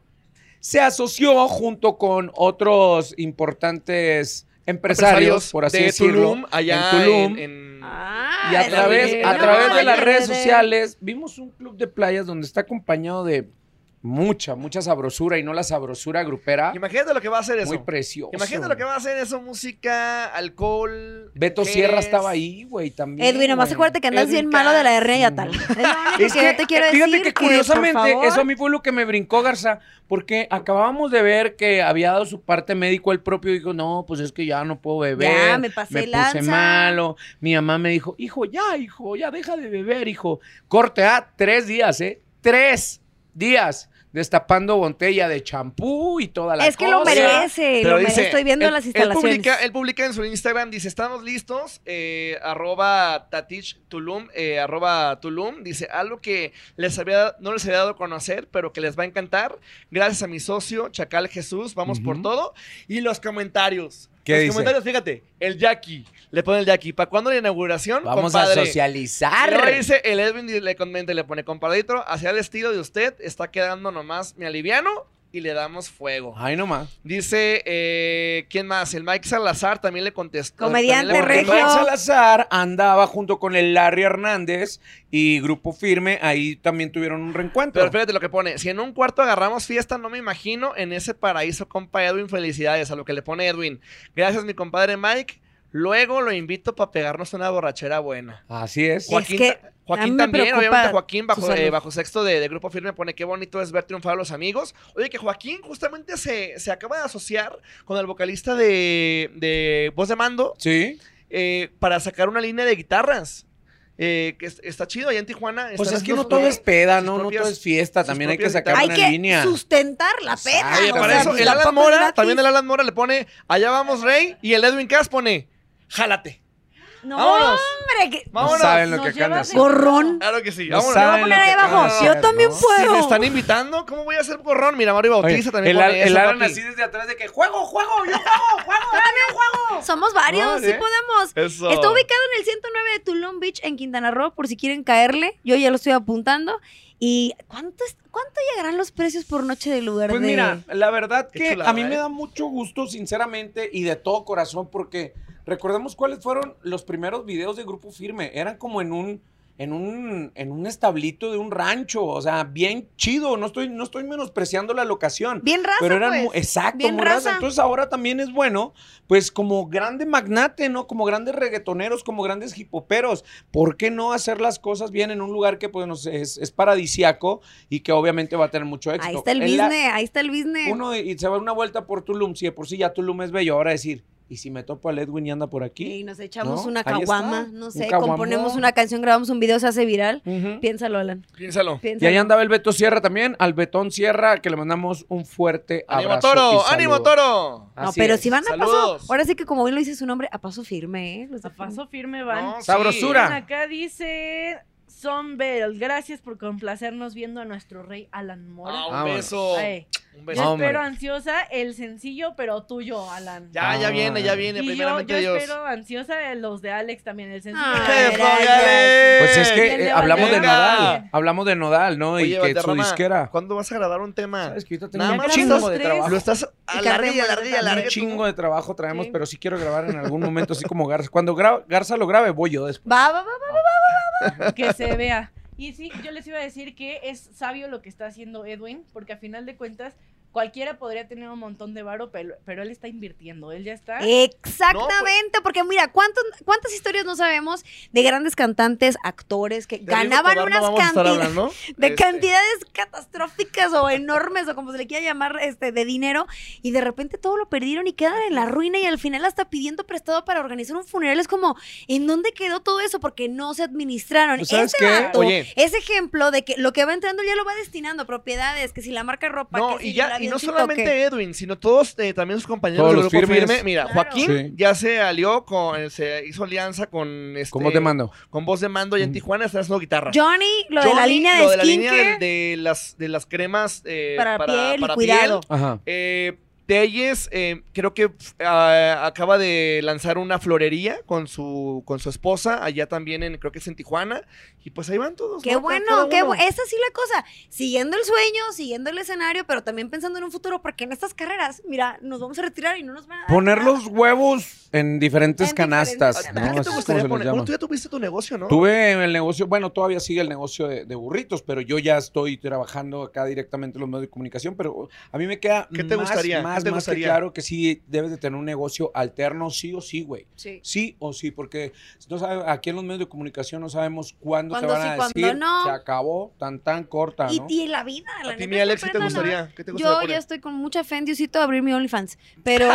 Speaker 3: Se asoció junto con otros importantes empresarios, por así
Speaker 4: de
Speaker 3: decirlo,
Speaker 4: Tulum, allá
Speaker 3: en Tulum.
Speaker 4: en-
Speaker 1: Ah,
Speaker 3: y a
Speaker 1: de-
Speaker 3: través, a
Speaker 4: de-
Speaker 3: través de las
Speaker 4: de-
Speaker 3: redes sociales vimos un club de playas donde está acompañado de mucha, mucha sabrosura y no la sabrosura grupera.
Speaker 4: Imagínate lo que va a hacer eso.
Speaker 3: Ah, Muy precioso.
Speaker 4: Imagínate lo que va a hacer eso, música, alcohol.
Speaker 3: Beto
Speaker 4: mujeres.
Speaker 3: Sierra estaba ahí, güey, también.
Speaker 1: Edwin, nomás
Speaker 3: güey.
Speaker 1: acuérdate que andas
Speaker 4: Edwin
Speaker 1: bien malo de la hernia y
Speaker 3: Mm.
Speaker 1: a tal. Es lo único que, yo te quiero
Speaker 3: eh,
Speaker 1: decir.
Speaker 3: fíjate que
Speaker 1: por
Speaker 3: curiosamente
Speaker 1: favor,
Speaker 3: eso a mí fue lo que me brincó Garza, porque acabábamos de ver que había dado su parte médico el propio dijo, no, pues es que ya no puedo beber,
Speaker 1: Ya, me pasé
Speaker 3: me puse
Speaker 1: lanza".
Speaker 3: malo, mi mamá me dijo, hijo, ya, hijo, ya deja de beber, hijo, corte a tres días, ¿eh? Tres días destapando botella de champú y toda la
Speaker 1: Es que lo
Speaker 3: cosa.
Speaker 1: merece,
Speaker 4: Pero
Speaker 1: lo merece.
Speaker 4: dice,
Speaker 1: Estoy viendo
Speaker 4: él-
Speaker 1: las
Speaker 4: Él
Speaker 1: instalaciones.
Speaker 4: publica, él publica en su Instagram, dice, estamos listos, eh, arroba Tatich Tulum, eh, arroba Tulum, dice, algo que les había, no les había dado a conocer, pero que les va a encantar, gracias a mi socio, Chacal Jesús, vamos por
Speaker 3: Ujú.
Speaker 4: todo, y los comentarios.
Speaker 3: ¿Qué
Speaker 4: los
Speaker 3: dice?
Speaker 4: comentarios, fíjate, el Jackie, le pone el Jackie, ¿para cuándo la inauguración?
Speaker 3: Vamos a
Speaker 4: compadre?"
Speaker 3: socializar.
Speaker 4: Y luego dice el Edwin y le comenta y le pone, compadrito, hacia el estilo de usted, está quedando nomás mi aliviano y le damos fuego.
Speaker 3: Ay, nomás.
Speaker 4: Dice, eh, ¿quién más? El Mike Salazar también le contestó.
Speaker 1: Comediante
Speaker 4: también le
Speaker 3: Porque
Speaker 1: regio.
Speaker 4: contestó.
Speaker 3: Mike Salazar andaba junto con el Larry Hernández y Grupo Firme, ahí también tuvieron un reencuentro.
Speaker 4: Pero fíjate lo que pone. Si en un cuarto agarramos fiesta, no me imagino en ese paraíso, compa Edwin. Felicidades a lo que le pone Edwin. Gracias, mi compadre Mike. Luego lo invito para pegarnos una borrachera buena.
Speaker 3: Así es.
Speaker 1: Guau.
Speaker 4: Joaquín,
Speaker 1: que
Speaker 4: ta-
Speaker 1: a mí
Speaker 4: Joaquín
Speaker 1: me
Speaker 4: también,
Speaker 1: preocupa
Speaker 4: obviamente Joaquín
Speaker 1: su
Speaker 4: bajo, eh,
Speaker 1: salud.
Speaker 4: bajo sexto de, de Grupo Firme pone qué bonito es ver triunfar a los amigos. Oye, que Joaquín justamente se, se acaba de asociar con el vocalista de, de Voz de Mando,
Speaker 3: Sí.
Speaker 4: eh, para sacar una línea de guitarras. Eh, que es- está chido allá en Tijuana.
Speaker 3: Pues
Speaker 4: están
Speaker 3: es que
Speaker 4: haciendo
Speaker 3: no todo
Speaker 4: su-
Speaker 3: es peda, no,
Speaker 4: sus
Speaker 3: no
Speaker 4: propias-
Speaker 3: todo es fiesta.
Speaker 4: sus
Speaker 3: También hay que
Speaker 4: propias
Speaker 3: sacar
Speaker 1: Hay
Speaker 3: una
Speaker 1: que
Speaker 3: línea.
Speaker 1: sustentar la pena.
Speaker 3: Ay,
Speaker 1: o
Speaker 4: Para
Speaker 1: sea,
Speaker 4: eso,
Speaker 1: pues
Speaker 4: el
Speaker 1: tampoco
Speaker 4: Alan
Speaker 1: es
Speaker 4: Mora,
Speaker 1: gratis.
Speaker 4: también el Alan Mora le pone, allá vamos Rey, y el Edwin Cass pone, jálate.
Speaker 1: No,
Speaker 4: Vámonos.
Speaker 1: hombre, que-
Speaker 3: No
Speaker 4: Vámonos.
Speaker 3: saben lo
Speaker 2: Nos
Speaker 3: que acaban de
Speaker 2: llevas
Speaker 3: hacer.
Speaker 2: en-
Speaker 1: gorrón.
Speaker 4: Claro que sí,
Speaker 3: No
Speaker 4: vámonos.
Speaker 3: saben
Speaker 1: Voy a poner
Speaker 3: lo que
Speaker 1: ahí abajo,
Speaker 3: acaban de
Speaker 1: yo
Speaker 3: hacer,
Speaker 1: también
Speaker 3: ¿no?
Speaker 1: puedo.
Speaker 4: Si me están invitando, ¿cómo voy a hacer gorrón? Mira, Mario
Speaker 3: Oye,
Speaker 4: Bautista también
Speaker 3: el,
Speaker 4: pone
Speaker 3: Al- el
Speaker 4: eso,
Speaker 3: Alan
Speaker 4: papi.
Speaker 3: así desde atrás de que juego, juego, yo juego, juego, yo también juego.
Speaker 1: Somos varios,
Speaker 3: Vale.
Speaker 1: sí podemos.
Speaker 4: Eso.
Speaker 1: Está ubicado en el 109 de Tulum Beach, en Quintana Roo, por si quieren caerle. Yo ya lo estoy apuntando. ¿Y cuánto, es- cuánto llegarán los precios por noche del lugar
Speaker 3: Pues
Speaker 1: de-
Speaker 3: mira, la verdad
Speaker 4: Qué
Speaker 3: que
Speaker 4: chulada,
Speaker 3: a mí me
Speaker 4: ¿eh?
Speaker 3: da mucho gusto, sinceramente, y de todo corazón, porque recordemos cuáles fueron los primeros videos de Grupo Firme. Eran como en un, en un, en un establito de un rancho, o sea, bien chido. No estoy, no estoy menospreciando la locación.
Speaker 1: Bien raza,
Speaker 3: Pero eran
Speaker 1: pues.
Speaker 3: mu- exacto,
Speaker 1: Bien
Speaker 3: muy raza.
Speaker 1: raza.
Speaker 3: Entonces ahora también es bueno, pues como grande magnate, ¿no? Como grandes reggaetoneros, como grandes hipoperos. ¿Por qué no hacer las cosas bien en un lugar que pues nos- es, es paradisiaco y que obviamente va a tener mucho éxito?
Speaker 1: Ahí está el
Speaker 3: En la-
Speaker 1: business, ahí está el business.
Speaker 3: uno y se va a dar una vuelta por Tulum, si de por sí ya Tulum es bello, ahora decir, ¿y si me topo al Edwin y anda por aquí?
Speaker 1: Y nos echamos
Speaker 3: No,
Speaker 1: una
Speaker 3: ahí está,
Speaker 1: caguama, no
Speaker 3: un
Speaker 1: sé,
Speaker 3: caguamón.
Speaker 1: componemos una canción, grabamos un video, se hace viral.
Speaker 3: Ujú.
Speaker 1: Piénsalo, Alan.
Speaker 4: Piénsalo.
Speaker 3: Y
Speaker 1: Piénsalo.
Speaker 3: ahí andaba el Beto Sierra también, al Betón Sierra, que le mandamos un fuerte
Speaker 4: ¡Ánimo
Speaker 3: abrazo.
Speaker 4: toro!
Speaker 3: y
Speaker 4: ¡Ánimo
Speaker 3: saludo.
Speaker 4: toro!
Speaker 1: No,
Speaker 3: Así
Speaker 1: pero
Speaker 3: es.
Speaker 1: si van a
Speaker 4: Saludos.
Speaker 1: paso, ahora sí que como bien lo dice su nombre, a paso firme, ¿eh? Los de
Speaker 2: A
Speaker 1: firme.
Speaker 2: paso firme van.
Speaker 4: No, sí.
Speaker 3: Sabrosura.
Speaker 2: Miren, Acá dice Son Bell, gracias por complacernos viendo a nuestro rey Alan
Speaker 4: Ah,
Speaker 2: Mora.
Speaker 4: un
Speaker 3: Vámonos.
Speaker 4: beso.
Speaker 2: Ay,
Speaker 4: Un
Speaker 2: yo
Speaker 4: beso.
Speaker 3: Hombre.
Speaker 2: espero ansiosa el sencillo, pero tuyo, Alan.
Speaker 4: Ya, ya
Speaker 3: Ah.
Speaker 4: viene, ya viene,
Speaker 2: Y yo,
Speaker 4: primeramente
Speaker 2: yo
Speaker 4: Dios.
Speaker 2: espero ansiosa los de Alex también, el sencillo.
Speaker 1: Ah,
Speaker 4: ¡Eso,
Speaker 1: gracias.
Speaker 4: Gale!
Speaker 3: Pues es que
Speaker 2: Bien
Speaker 3: eh,
Speaker 2: levantado.
Speaker 3: hablamos de
Speaker 4: Venga.
Speaker 3: Nodal, hablamos de Nodal, ¿no?
Speaker 4: Oye,
Speaker 3: y que su
Speaker 4: Valderrama,
Speaker 3: disquera.
Speaker 4: ¿Cuándo vas a grabar un tema?
Speaker 3: Sabes que ahorita
Speaker 4: Nada
Speaker 3: tengo un
Speaker 4: más
Speaker 3: chingo
Speaker 2: los
Speaker 3: de
Speaker 2: tres.
Speaker 3: trabajo.
Speaker 4: Lo estás alargue y
Speaker 1: Carmen
Speaker 4: alargue y
Speaker 1: Moreno
Speaker 4: alargue.
Speaker 3: Un
Speaker 4: tú.
Speaker 3: chingo de trabajo traemos,
Speaker 2: Sí.
Speaker 3: pero sí quiero grabar en algún momento así como Garza. Cuando Gra- Garza lo grabe, voy yo después.
Speaker 1: Va, va, va, va.
Speaker 2: que se vea. Y sí, yo les iba a decir que es sabio lo que está haciendo Edwin, porque a final de cuentas cualquiera podría tener un montón de varo, pero, pero él está invirtiendo, él ya está.
Speaker 1: Eh. Exactamente,
Speaker 4: pues.
Speaker 1: porque mira, ¿cuántos, ¿cuántas historias no sabemos de grandes cantantes, actores que
Speaker 4: Te digo que
Speaker 1: ganaban
Speaker 4: Tobar no
Speaker 1: unas
Speaker 4: vamos a estar
Speaker 1: cantidades?
Speaker 4: hablando.
Speaker 1: de
Speaker 4: Este,
Speaker 1: cantidades catastróficas o enormes o como se le quiera llamar este de dinero y de repente todo lo perdieron y quedan en la ruina y al final hasta pidiendo prestado para organizar un funeral es como ¿en dónde quedó todo eso? porque no se administraron
Speaker 3: Pues, ¿sabes
Speaker 1: ese
Speaker 3: qué?
Speaker 1: dato
Speaker 4: Oye.
Speaker 1: ese ejemplo de que lo que va entrando ya lo va destinando propiedades que si la marca ropa
Speaker 4: No,
Speaker 1: que si
Speaker 4: y ya,
Speaker 1: la
Speaker 4: y no
Speaker 1: avioncito,
Speaker 4: solamente
Speaker 1: ¿qué?
Speaker 4: Edwin, sino todos eh, también sus compañeros
Speaker 3: Todos
Speaker 4: del
Speaker 3: los
Speaker 4: grupo
Speaker 3: firmes.
Speaker 4: firme. Mira,
Speaker 2: Claro.
Speaker 4: Joaquín
Speaker 3: Sí.
Speaker 4: ya se alió con, se hizo alianza con este,
Speaker 3: ¿Cómo te mando?
Speaker 4: con voz de mando y en
Speaker 3: Mm.
Speaker 4: Tijuana está haciendo guitarra.
Speaker 1: Johnny, lo de la
Speaker 4: Johnny,
Speaker 1: línea
Speaker 4: lo
Speaker 1: de
Speaker 4: la línea
Speaker 1: skincare
Speaker 4: de, de las, de las cremas eh,
Speaker 1: para, piel y
Speaker 4: para
Speaker 1: cuidado.
Speaker 3: Ajá.
Speaker 4: Eh, Telles, eh, creo que pf, ah, acaba de lanzar una florería con su, con su esposa, allá también, en, creo que es en Tijuana. Y pues ahí van todos.
Speaker 1: Qué
Speaker 4: ¿no? Cada- cada
Speaker 1: bueno, qué eh,
Speaker 4: uno.
Speaker 1: bueno. Esa sí la cosa. Siguiendo el sueño, siguiendo el escenario, pero también pensando en un futuro, porque en estas carreras, mira, nos vamos a retirar y no nos van a dar
Speaker 3: Poner
Speaker 1: nada.
Speaker 3: los huevos en diferentes
Speaker 1: En
Speaker 3: canastas.
Speaker 1: diferentes
Speaker 3: ¿no?
Speaker 1: canastas.
Speaker 4: ¿Qué
Speaker 3: Así
Speaker 4: te
Speaker 3: es como se
Speaker 4: gustaría
Speaker 3: les
Speaker 4: poner?
Speaker 3: llama.
Speaker 4: Bueno, tú ya tuviste tu negocio, ¿no?
Speaker 3: Tuve el negocio, bueno, todavía sigue el negocio de, de burritos, pero yo ya estoy trabajando acá directamente en los medios de comunicación, pero a mí me queda
Speaker 4: ¿Qué te
Speaker 3: más,
Speaker 4: gustaría? ¿Qué
Speaker 3: más,
Speaker 4: te
Speaker 3: más que
Speaker 4: gustaría?
Speaker 3: claro que sí debes de tener un negocio alterno, sí o sí, güey.
Speaker 1: Sí.
Speaker 3: Sí o sí, porque no sabe- aquí en los medios de comunicación no sabemos cuándo,
Speaker 1: Cuándo
Speaker 3: te van
Speaker 1: sí,
Speaker 3: a
Speaker 1: cuándo
Speaker 3: decir,
Speaker 1: no.
Speaker 3: se acabó, tan tan corta,
Speaker 1: Y,
Speaker 3: ¿no?
Speaker 1: y la vida, la
Speaker 4: Ah, A ti,
Speaker 1: neta,
Speaker 4: mi
Speaker 1: no
Speaker 4: Alex, ¿qué te
Speaker 1: aprendo nada.
Speaker 4: gustaría? ¿Qué te gustaría
Speaker 1: Yo
Speaker 4: poner?
Speaker 1: ya estoy con mucha fe en Diosito a abrir mi OnlyFans, pero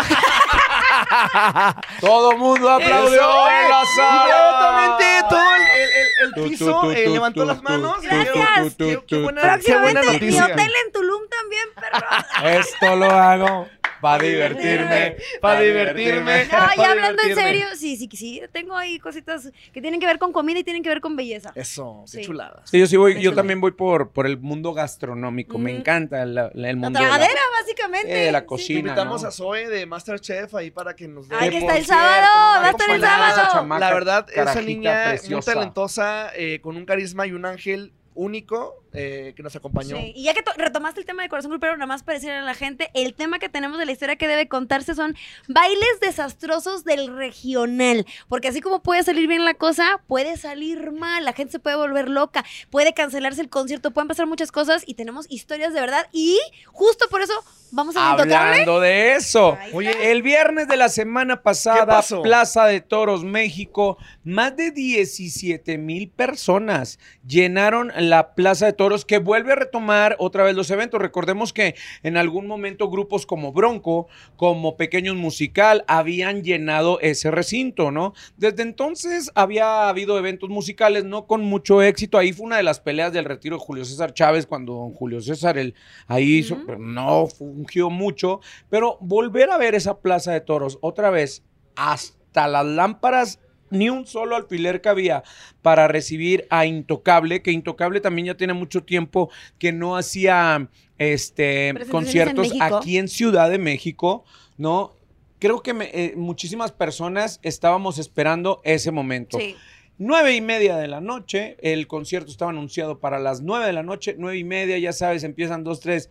Speaker 3: Todo mundo aplaudió
Speaker 4: ¡Eso,
Speaker 3: en
Speaker 4: eh!
Speaker 3: la sala.
Speaker 4: Inmediatamente todo el, el- el- el
Speaker 3: Tu, tu,
Speaker 4: piso
Speaker 3: tu,
Speaker 4: eh,
Speaker 3: tu,
Speaker 4: levantó
Speaker 3: tu,
Speaker 4: las
Speaker 3: tu,
Speaker 4: manos.
Speaker 3: tu,
Speaker 1: Gracias.
Speaker 3: tu, tu,
Speaker 4: Qué-
Speaker 3: tu,
Speaker 4: qué buena- qué buena
Speaker 1: próximamente mi
Speaker 4: noticia.
Speaker 1: hotel en Tulum también, pero
Speaker 3: Esto lo hago para divertirme,
Speaker 4: Para
Speaker 3: para
Speaker 4: divertirme.
Speaker 3: divertirme.
Speaker 1: no,
Speaker 4: Para
Speaker 1: ya hablando en
Speaker 4: divertirme.
Speaker 1: serio, sí, sí, sí, tengo ahí cositas que tienen que ver con comida y tienen que ver con belleza.
Speaker 4: Eso, Eh, qué
Speaker 1: Sí.
Speaker 4: chuladas.
Speaker 3: Sí, yo sí voy,
Speaker 1: Eso
Speaker 3: yo
Speaker 1: sí.
Speaker 3: también voy por, por el mundo gastronómico. Me
Speaker 1: Ujú.
Speaker 3: encanta la- la- el
Speaker 1: La
Speaker 3: mundo. de la-
Speaker 1: tragadera, Ah, básicamente.
Speaker 4: Eh,
Speaker 3: Sí, de la
Speaker 1: Sí.
Speaker 3: cocina.
Speaker 4: Invitamos
Speaker 3: ¿no?
Speaker 4: a Zoe de Masterchef ahí para que nos dé.
Speaker 1: Ay, que
Speaker 3: Que
Speaker 1: está
Speaker 3: por
Speaker 1: el sábado,
Speaker 4: cierto,
Speaker 1: va a estar el
Speaker 3: Ojalá esa
Speaker 1: sábado.
Speaker 3: chamaca
Speaker 4: La verdad, esa
Speaker 3: carajita
Speaker 4: niña muy
Speaker 3: preciosa.
Speaker 4: talentosa, eh, con un carisma y un ángel único eh, que nos acompañó.
Speaker 1: Sí, Y ya que to- retomaste el tema de Corazón Grupero, nada más para decirle a la gente, el tema que tenemos de la historia que debe contarse son bailes desastrosos del regional. Porque así como puede salir bien la cosa, puede salir mal, la gente se puede volver loca, puede cancelarse el concierto, pueden pasar muchas cosas y tenemos historias de verdad. Y justo por eso vamos a tocarle.
Speaker 3: Hablando de eso.
Speaker 1: Ahí
Speaker 4: Oye,
Speaker 3: El viernes de la semana
Speaker 4: ¿Qué
Speaker 3: pasada,
Speaker 4: pasó?
Speaker 3: Plaza de Toros, México, más de 17 mil personas llenaron la Plaza de Toros, que vuelve a retomar otra vez los eventos. Recordemos que en algún momento grupos como Bronco, como Pequeños Musical, habían llenado ese recinto, ¿no? Desde entonces había habido eventos musicales, no con mucho éxito. Ahí fue una de las peleas del retiro de Julio César Chávez, cuando don Julio César el, ahí hizo-
Speaker 1: Ujú.
Speaker 3: no fungió mucho. Pero volver a ver esa plaza de toros otra vez, hasta las lámparas, ni un solo alfiler cabía para recibir a Intocable, que Intocable también ya tiene mucho tiempo que no hacía este,
Speaker 1: Presentaciones en
Speaker 3: conciertos
Speaker 1: México.
Speaker 3: aquí en Ciudad de México, ¿no? Creo que me- eh, muchísimas personas estábamos esperando ese momento.
Speaker 1: Sí.
Speaker 3: Nueve y media de la noche, el concierto estaba anunciado para las nueve de la noche, nueve y media, ya sabes, empiezan dos, tres,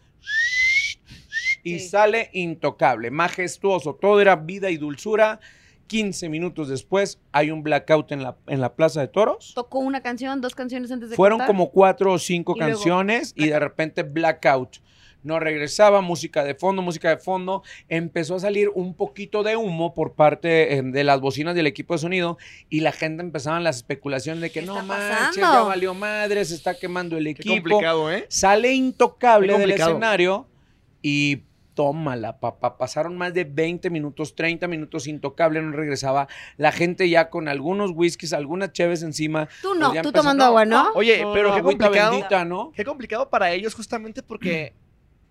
Speaker 3: y
Speaker 1: Sí.
Speaker 3: sale intocable, majestuoso, todo era vida y dulzura. 15 minutos después hay un blackout en la, en la Plaza de Toros.
Speaker 1: Tocó una canción, dos canciones antes de
Speaker 3: Fueron
Speaker 1: cortar.
Speaker 3: como cuatro o cinco
Speaker 1: Y luego,
Speaker 3: canciones y de repente blackout. No regresaba, música de fondo, música de fondo. Empezó a salir un poquito de humo por parte eh, de las bocinas del equipo de sonido y la gente empezaba las especulaciones de que
Speaker 1: ¿Qué
Speaker 3: no
Speaker 1: está
Speaker 3: manches, ya
Speaker 1: pasando?
Speaker 3: valió madre, se está quemando el
Speaker 4: qué
Speaker 3: equipo.
Speaker 4: complicado, ¿eh?
Speaker 3: Sale intocable
Speaker 4: Muy
Speaker 3: del
Speaker 4: complicado.
Speaker 3: escenario y tómala, papá. Pasaron más de 20 minutos, 30 minutos intocable, no regresaba. La gente ya con algunos whiskies, algunas cheves encima.
Speaker 1: Tú no,
Speaker 3: Ya
Speaker 1: tú
Speaker 3: empezó-
Speaker 1: tomando
Speaker 3: no,
Speaker 1: agua, ¿no?
Speaker 4: Oye,
Speaker 3: No,
Speaker 4: Eh, pero
Speaker 3: no,
Speaker 4: qué
Speaker 3: agüita
Speaker 4: complicado.
Speaker 3: bendita, ¿no?
Speaker 4: Qué complicado para ellos justamente porque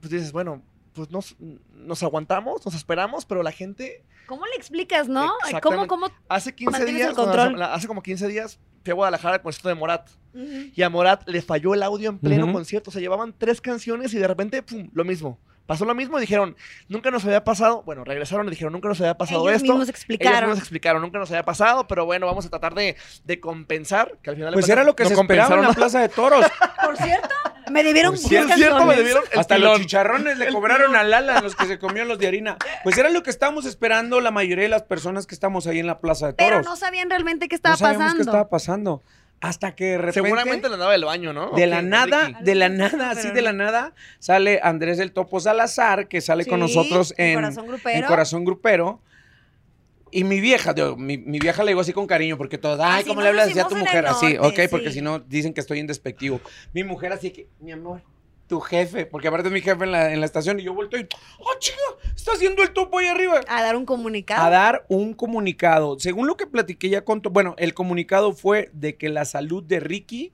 Speaker 4: pues dices, bueno, pues nos, nos aguantamos, nos esperamos, pero la gente
Speaker 1: ¿Cómo le explicas, no?
Speaker 4: Exactamente.
Speaker 1: ¿Cómo, cómo?
Speaker 4: hace 15
Speaker 1: Mantienes el
Speaker 4: días, cuando
Speaker 1: control.
Speaker 4: la- hace como 15 días fui a Guadalajara al concierto de Morat
Speaker 1: Ujú.
Speaker 4: y a Morat le falló el audio en pleno
Speaker 3: Ujú.
Speaker 4: concierto, o sea, llevaban tres canciones y de repente pum, lo mismo. Pasó lo mismo y dijeron, nunca nos había pasado, bueno, regresaron y dijeron, nunca nos había pasado
Speaker 1: Ellos
Speaker 4: esto.
Speaker 1: mismos
Speaker 4: Ellos
Speaker 1: explicaron.
Speaker 4: nos explicaron, nunca nos había pasado, pero bueno, vamos a tratar de, de compensar, que al final de
Speaker 3: Pues
Speaker 4: cuentas
Speaker 3: era lo que
Speaker 4: no
Speaker 3: se esperaba en
Speaker 4: compensaron,
Speaker 3: la Plaza de Toros.
Speaker 1: Por cierto, me debieron
Speaker 3: Por
Speaker 1: diez
Speaker 3: cierto,
Speaker 4: ¿no? Sí, es cierto, me
Speaker 1: canciones.
Speaker 4: debieron el
Speaker 3: Hasta
Speaker 4: pilón.
Speaker 3: los chicharrones le cobraron a Lala los que se comió los de harina. Pues era lo que estábamos esperando la mayoría de las personas que estamos ahí en la Plaza de
Speaker 1: Pero
Speaker 3: Toros.
Speaker 1: no sabían realmente qué
Speaker 3: No
Speaker 1: estaba
Speaker 3: sabíamos
Speaker 1: pasando.
Speaker 3: qué estaba pasando. Hasta que de repente...
Speaker 4: Seguramente la andaba del baño, ¿no?
Speaker 3: De
Speaker 4: Ok,
Speaker 3: la
Speaker 4: Ricky.
Speaker 3: nada, de la
Speaker 1: Algo así,
Speaker 3: nada,
Speaker 1: pero
Speaker 3: así
Speaker 1: no.
Speaker 3: de la nada, sale Andrés el Topo Salazar, que sale con
Speaker 1: Sí,
Speaker 3: nosotros en,
Speaker 1: Corazón Grupero.
Speaker 3: en Corazón Grupero. Y mi vieja, digo, mi, mi vieja le digo así con cariño, porque toda, ay,
Speaker 1: Así
Speaker 3: ¿cómo
Speaker 1: nos
Speaker 3: le hablas así a
Speaker 1: hicimos
Speaker 3: tu
Speaker 1: en el
Speaker 3: mujer? Así, ok,
Speaker 1: norte,
Speaker 3: porque
Speaker 1: sí.
Speaker 3: si no dicen que estoy en despectivo. Mi mujer así que, mi amor, tu jefe, porque aparte es mi jefe en la, en la estación, y yo vuelto y, oh, chica, está haciendo el topo ahí arriba
Speaker 1: A dar un comunicado.
Speaker 3: a dar un comunicado. Según lo que platiqué ya con... to- Bueno, el comunicado fue de que la salud de Ricky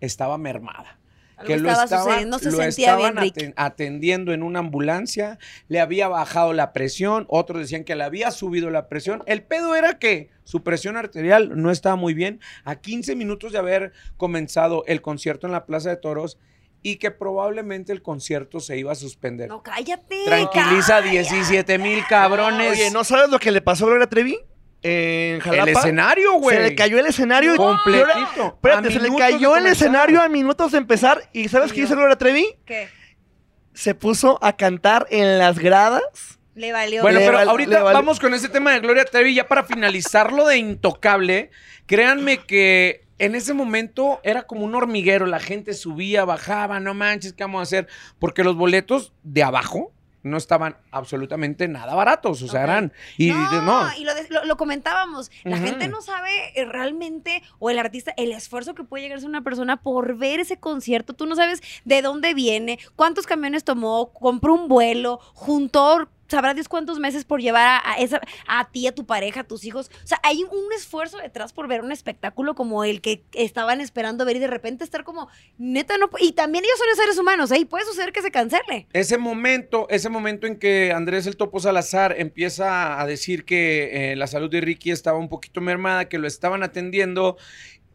Speaker 3: estaba mermada.
Speaker 1: Algo
Speaker 3: que lo
Speaker 1: estaba
Speaker 3: estaban,
Speaker 1: sucediendo, se
Speaker 3: lo
Speaker 1: sentía bien,
Speaker 3: estaban
Speaker 1: Rick.
Speaker 3: aten- atendiendo en una ambulancia, le había bajado la presión, otros decían que le había subido la presión. El pedo era que su presión arterial no estaba muy bien a 15 minutos de haber comenzado el concierto en la Plaza de Toros y que probablemente el concierto se iba a suspender.
Speaker 1: No, cállate.
Speaker 3: Tranquiliza a
Speaker 1: cállate. Ah,
Speaker 3: 17 mil cabrones.
Speaker 4: Oye, ¿no sabes lo que le pasó a Gloria Trevi? En Jalapa.
Speaker 3: el escenario, güey.
Speaker 4: Se le cayó el escenario. y- Gloria-
Speaker 3: completito.
Speaker 4: Espérate,
Speaker 3: A
Speaker 4: se le
Speaker 3: minutos de
Speaker 4: cayó el
Speaker 3: comenzar.
Speaker 4: escenario a minutos de empezar. ¿Y sabes
Speaker 2: Y
Speaker 4: qué
Speaker 2: yo-
Speaker 4: hizo Gloria Trevi?
Speaker 2: ¿Qué?
Speaker 4: Se puso a cantar en las gradas.
Speaker 1: Le valió.
Speaker 3: Bueno,
Speaker 4: Le
Speaker 3: pero
Speaker 4: val-
Speaker 3: ahorita
Speaker 4: le vale.
Speaker 3: vamos con ese tema de Gloria Trevi ya para finalizarlo de intocable. Créanme que en ese momento era como un hormiguero, la gente subía, bajaba, no manches, ¿qué vamos a hacer? Porque los boletos de abajo no estaban absolutamente nada baratos, o sea,
Speaker 1: Ok.
Speaker 3: eran y
Speaker 1: no,
Speaker 3: de- no.
Speaker 1: y lo, de- lo- lo comentábamos. La
Speaker 3: Ujú.
Speaker 1: gente no sabe eh, realmente, o el artista, el esfuerzo que puede llegar a ser una persona por ver ese concierto. Tú no sabes de dónde viene, cuántos camiones tomó, compró un vuelo, juntó. Sabrá Dios cuántos meses por llevar a, a esa, a ti, a tu pareja, a tus hijos. O sea, hay un esfuerzo detrás por ver un espectáculo como el que estaban esperando ver y de repente estar como, neta, no. pu- Y también ellos son seres humanos, ¿eh? Y puede suceder que se cancele.
Speaker 3: Ese momento, ese momento en que Andrés el Topo Salazar empieza a decir que eh, la salud de Ricky estaba un poquito mermada, que lo estaban atendiendo,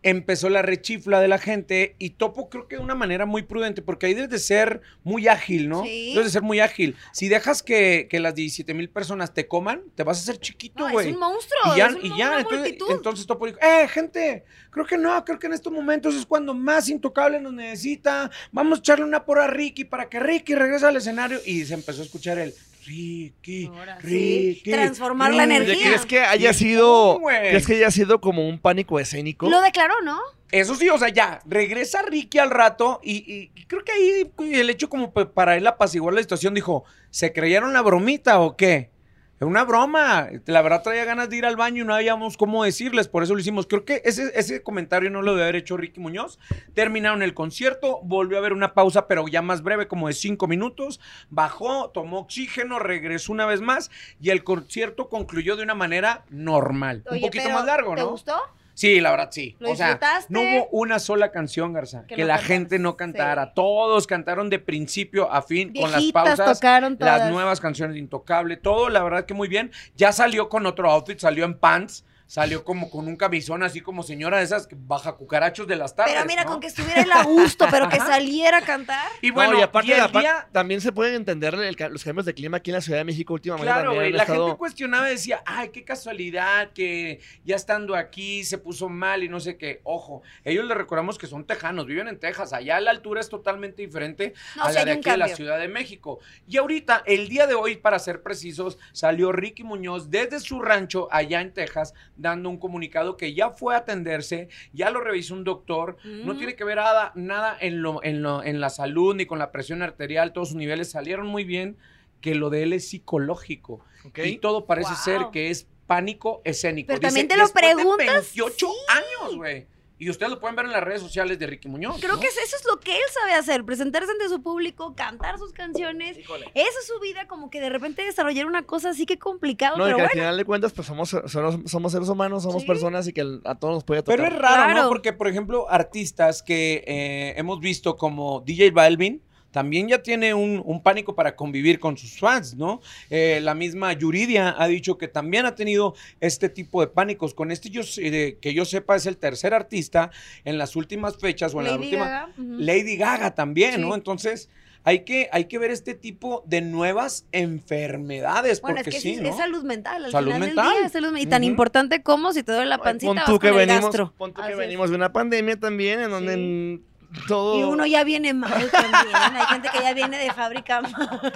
Speaker 3: empezó la rechifla de la gente y Topo creo que de una manera muy prudente, porque ahí debes de ser muy ágil, ¿no?
Speaker 1: Sí.
Speaker 3: Debes de ser muy ágil. Si dejas que, que las 17 mil personas te coman, te vas a hacer chiquito,
Speaker 1: No,
Speaker 3: güey.
Speaker 1: es un monstruo.
Speaker 3: Y ya,
Speaker 1: es un-
Speaker 3: y ya,
Speaker 1: una
Speaker 3: entonces,
Speaker 1: multitud.
Speaker 3: entonces Topo dijo, eh, gente, creo que no, creo que en estos momentos es cuando más intocable nos necesita. Vamos a echarle una por a Ricky para que Ricky regrese al escenario. Y se empezó a escuchar el Ricky,
Speaker 2: Ahora sí.
Speaker 3: Ricky.
Speaker 1: transformar la
Speaker 3: Ricky".
Speaker 1: energía.
Speaker 4: Oye, ¿Crees que haya
Speaker 3: Sí,
Speaker 4: sido.
Speaker 3: güey.
Speaker 4: ¿Crees que haya sido como un pánico escénico?
Speaker 1: Lo declaró, ¿no?
Speaker 3: Eso sí, o sea, ya, regresa Ricky al rato y, y creo que ahí el hecho como pa- para él apaciguar la situación dijo, ¿se creyeron la bromita o qué? Era una broma. La verdad traía ganas de ir al baño y no habíamos cómo decirles, por eso lo hicimos. Creo que ese, ese comentario no lo debe haber hecho Ricky Muñoz. Terminaron el concierto, volvió a haber una pausa, pero ya más breve, como de cinco minutos. Bajó, tomó oxígeno, regresó una vez más y el concierto concluyó de una manera normal.
Speaker 1: Oye,
Speaker 3: Un poquito
Speaker 1: pero,
Speaker 3: más largo, ¿no?
Speaker 1: ¿Te gustó?
Speaker 3: Sí, la verdad sí.
Speaker 1: ¿Lo
Speaker 3: o sea,
Speaker 1: disfrutaste?
Speaker 3: no hubo una sola canción, Garza, que,
Speaker 2: Que no
Speaker 3: la
Speaker 2: cantaras.
Speaker 3: gente no cantara.
Speaker 2: Sí.
Speaker 3: Todos cantaron de principio a fin con las
Speaker 1: Viejitas
Speaker 3: pausas.
Speaker 1: tocaron todas.
Speaker 3: Las nuevas canciones de Intocable, todo, la verdad que muy bien. Ya salió con otro outfit, salió en pants, salió como con un camisón así como señora de esas que baja cucarachos de las tardes.
Speaker 1: Pero mira,
Speaker 3: ¿no?
Speaker 1: con que estuviera él a gusto, pero que saliera a cantar.
Speaker 3: Y
Speaker 4: No,
Speaker 3: bueno,
Speaker 4: y aparte,
Speaker 3: y el
Speaker 4: la par-
Speaker 3: día-
Speaker 4: también se pueden entender el ca- los cambios de clima aquí en la Ciudad de México últimamente.
Speaker 3: Claro,
Speaker 4: también
Speaker 3: güey,
Speaker 4: han
Speaker 3: la
Speaker 4: estado-
Speaker 3: gente cuestionaba y decía, ay, qué casualidad que ya estando aquí se puso mal y no sé qué. Ojo, ellos les recordamos que son tejanos, viven en Texas, allá la altura es totalmente diferente
Speaker 1: No,
Speaker 3: a
Speaker 1: si
Speaker 3: la de
Speaker 1: hay un
Speaker 3: aquí de la
Speaker 1: cambio.
Speaker 3: Ciudad de México. Y ahorita, el día de hoy, para ser precisos, salió Ricky Muñoz desde su rancho allá en Texas dando un comunicado que ya fue a atenderse, ya lo revisó un doctor, no
Speaker 1: Ujú.
Speaker 3: tiene que ver nada, nada en, lo, en, lo- en la salud ni con la presión arterial, todos sus niveles salieron muy bien, que lo de él es psicológico
Speaker 4: Ok.
Speaker 3: y todo parece
Speaker 1: Wow.
Speaker 3: ser que es pánico escénico.
Speaker 1: Pero
Speaker 3: Dice,
Speaker 1: también te lo
Speaker 3: después de
Speaker 1: preguntas,
Speaker 3: 28 años, güey. Y ustedes lo pueden ver en las redes sociales de Ricky Muñoz.
Speaker 1: Creo
Speaker 3: ¿no?
Speaker 1: que eso es lo que él sabe hacer, presentarse ante su público, cantar sus canciones.
Speaker 4: Híjole.
Speaker 1: Esa es su vida, como que de repente desarrollar una cosa así que complicado,
Speaker 4: No, y
Speaker 1: pero
Speaker 4: que al
Speaker 1: bueno.
Speaker 4: final de cuentas, pues somos, somos, somos seres humanos, somos
Speaker 1: Sí.
Speaker 4: personas y que el- a todos nos puede tocar.
Speaker 3: Pero es raro, ¿no?
Speaker 1: Claro.
Speaker 3: Porque, por ejemplo, artistas que eh, hemos visto como DJ Balvin, también ya tiene un, un pánico para convivir con sus fans, ¿no? Eh, la misma Yuridia ha dicho que también ha tenido este tipo de pánicos. Con este, yo, sé- de- que yo sepa, es el tercer artista en las últimas fechas o en pues, la
Speaker 1: Lady
Speaker 3: última...
Speaker 1: Gaga, ujú.
Speaker 3: Lady Gaga también,
Speaker 1: Sí.
Speaker 3: ¿no? Entonces, hay que, hay que ver este tipo de nuevas enfermedades,
Speaker 1: Bueno, es
Speaker 3: porque
Speaker 1: que
Speaker 3: sí,
Speaker 1: sí,
Speaker 3: ¿no?
Speaker 1: es salud mental. Al
Speaker 3: Salud
Speaker 1: final
Speaker 3: mental.
Speaker 1: del día es salud mental. Y tan
Speaker 3: Ujú.
Speaker 1: importante como si te duele la
Speaker 4: Ay,
Speaker 1: pancita,
Speaker 4: pon
Speaker 1: vas
Speaker 4: tú
Speaker 1: con
Speaker 4: que
Speaker 1: el
Speaker 4: venimos,
Speaker 1: gastro.
Speaker 4: pon tú
Speaker 2: Así
Speaker 4: que
Speaker 2: es.
Speaker 4: venimos de una pandemia también en donde
Speaker 1: Sí.
Speaker 4: en todo...
Speaker 1: Y uno ya viene mal también. Hay gente que ya viene de fábrica mal.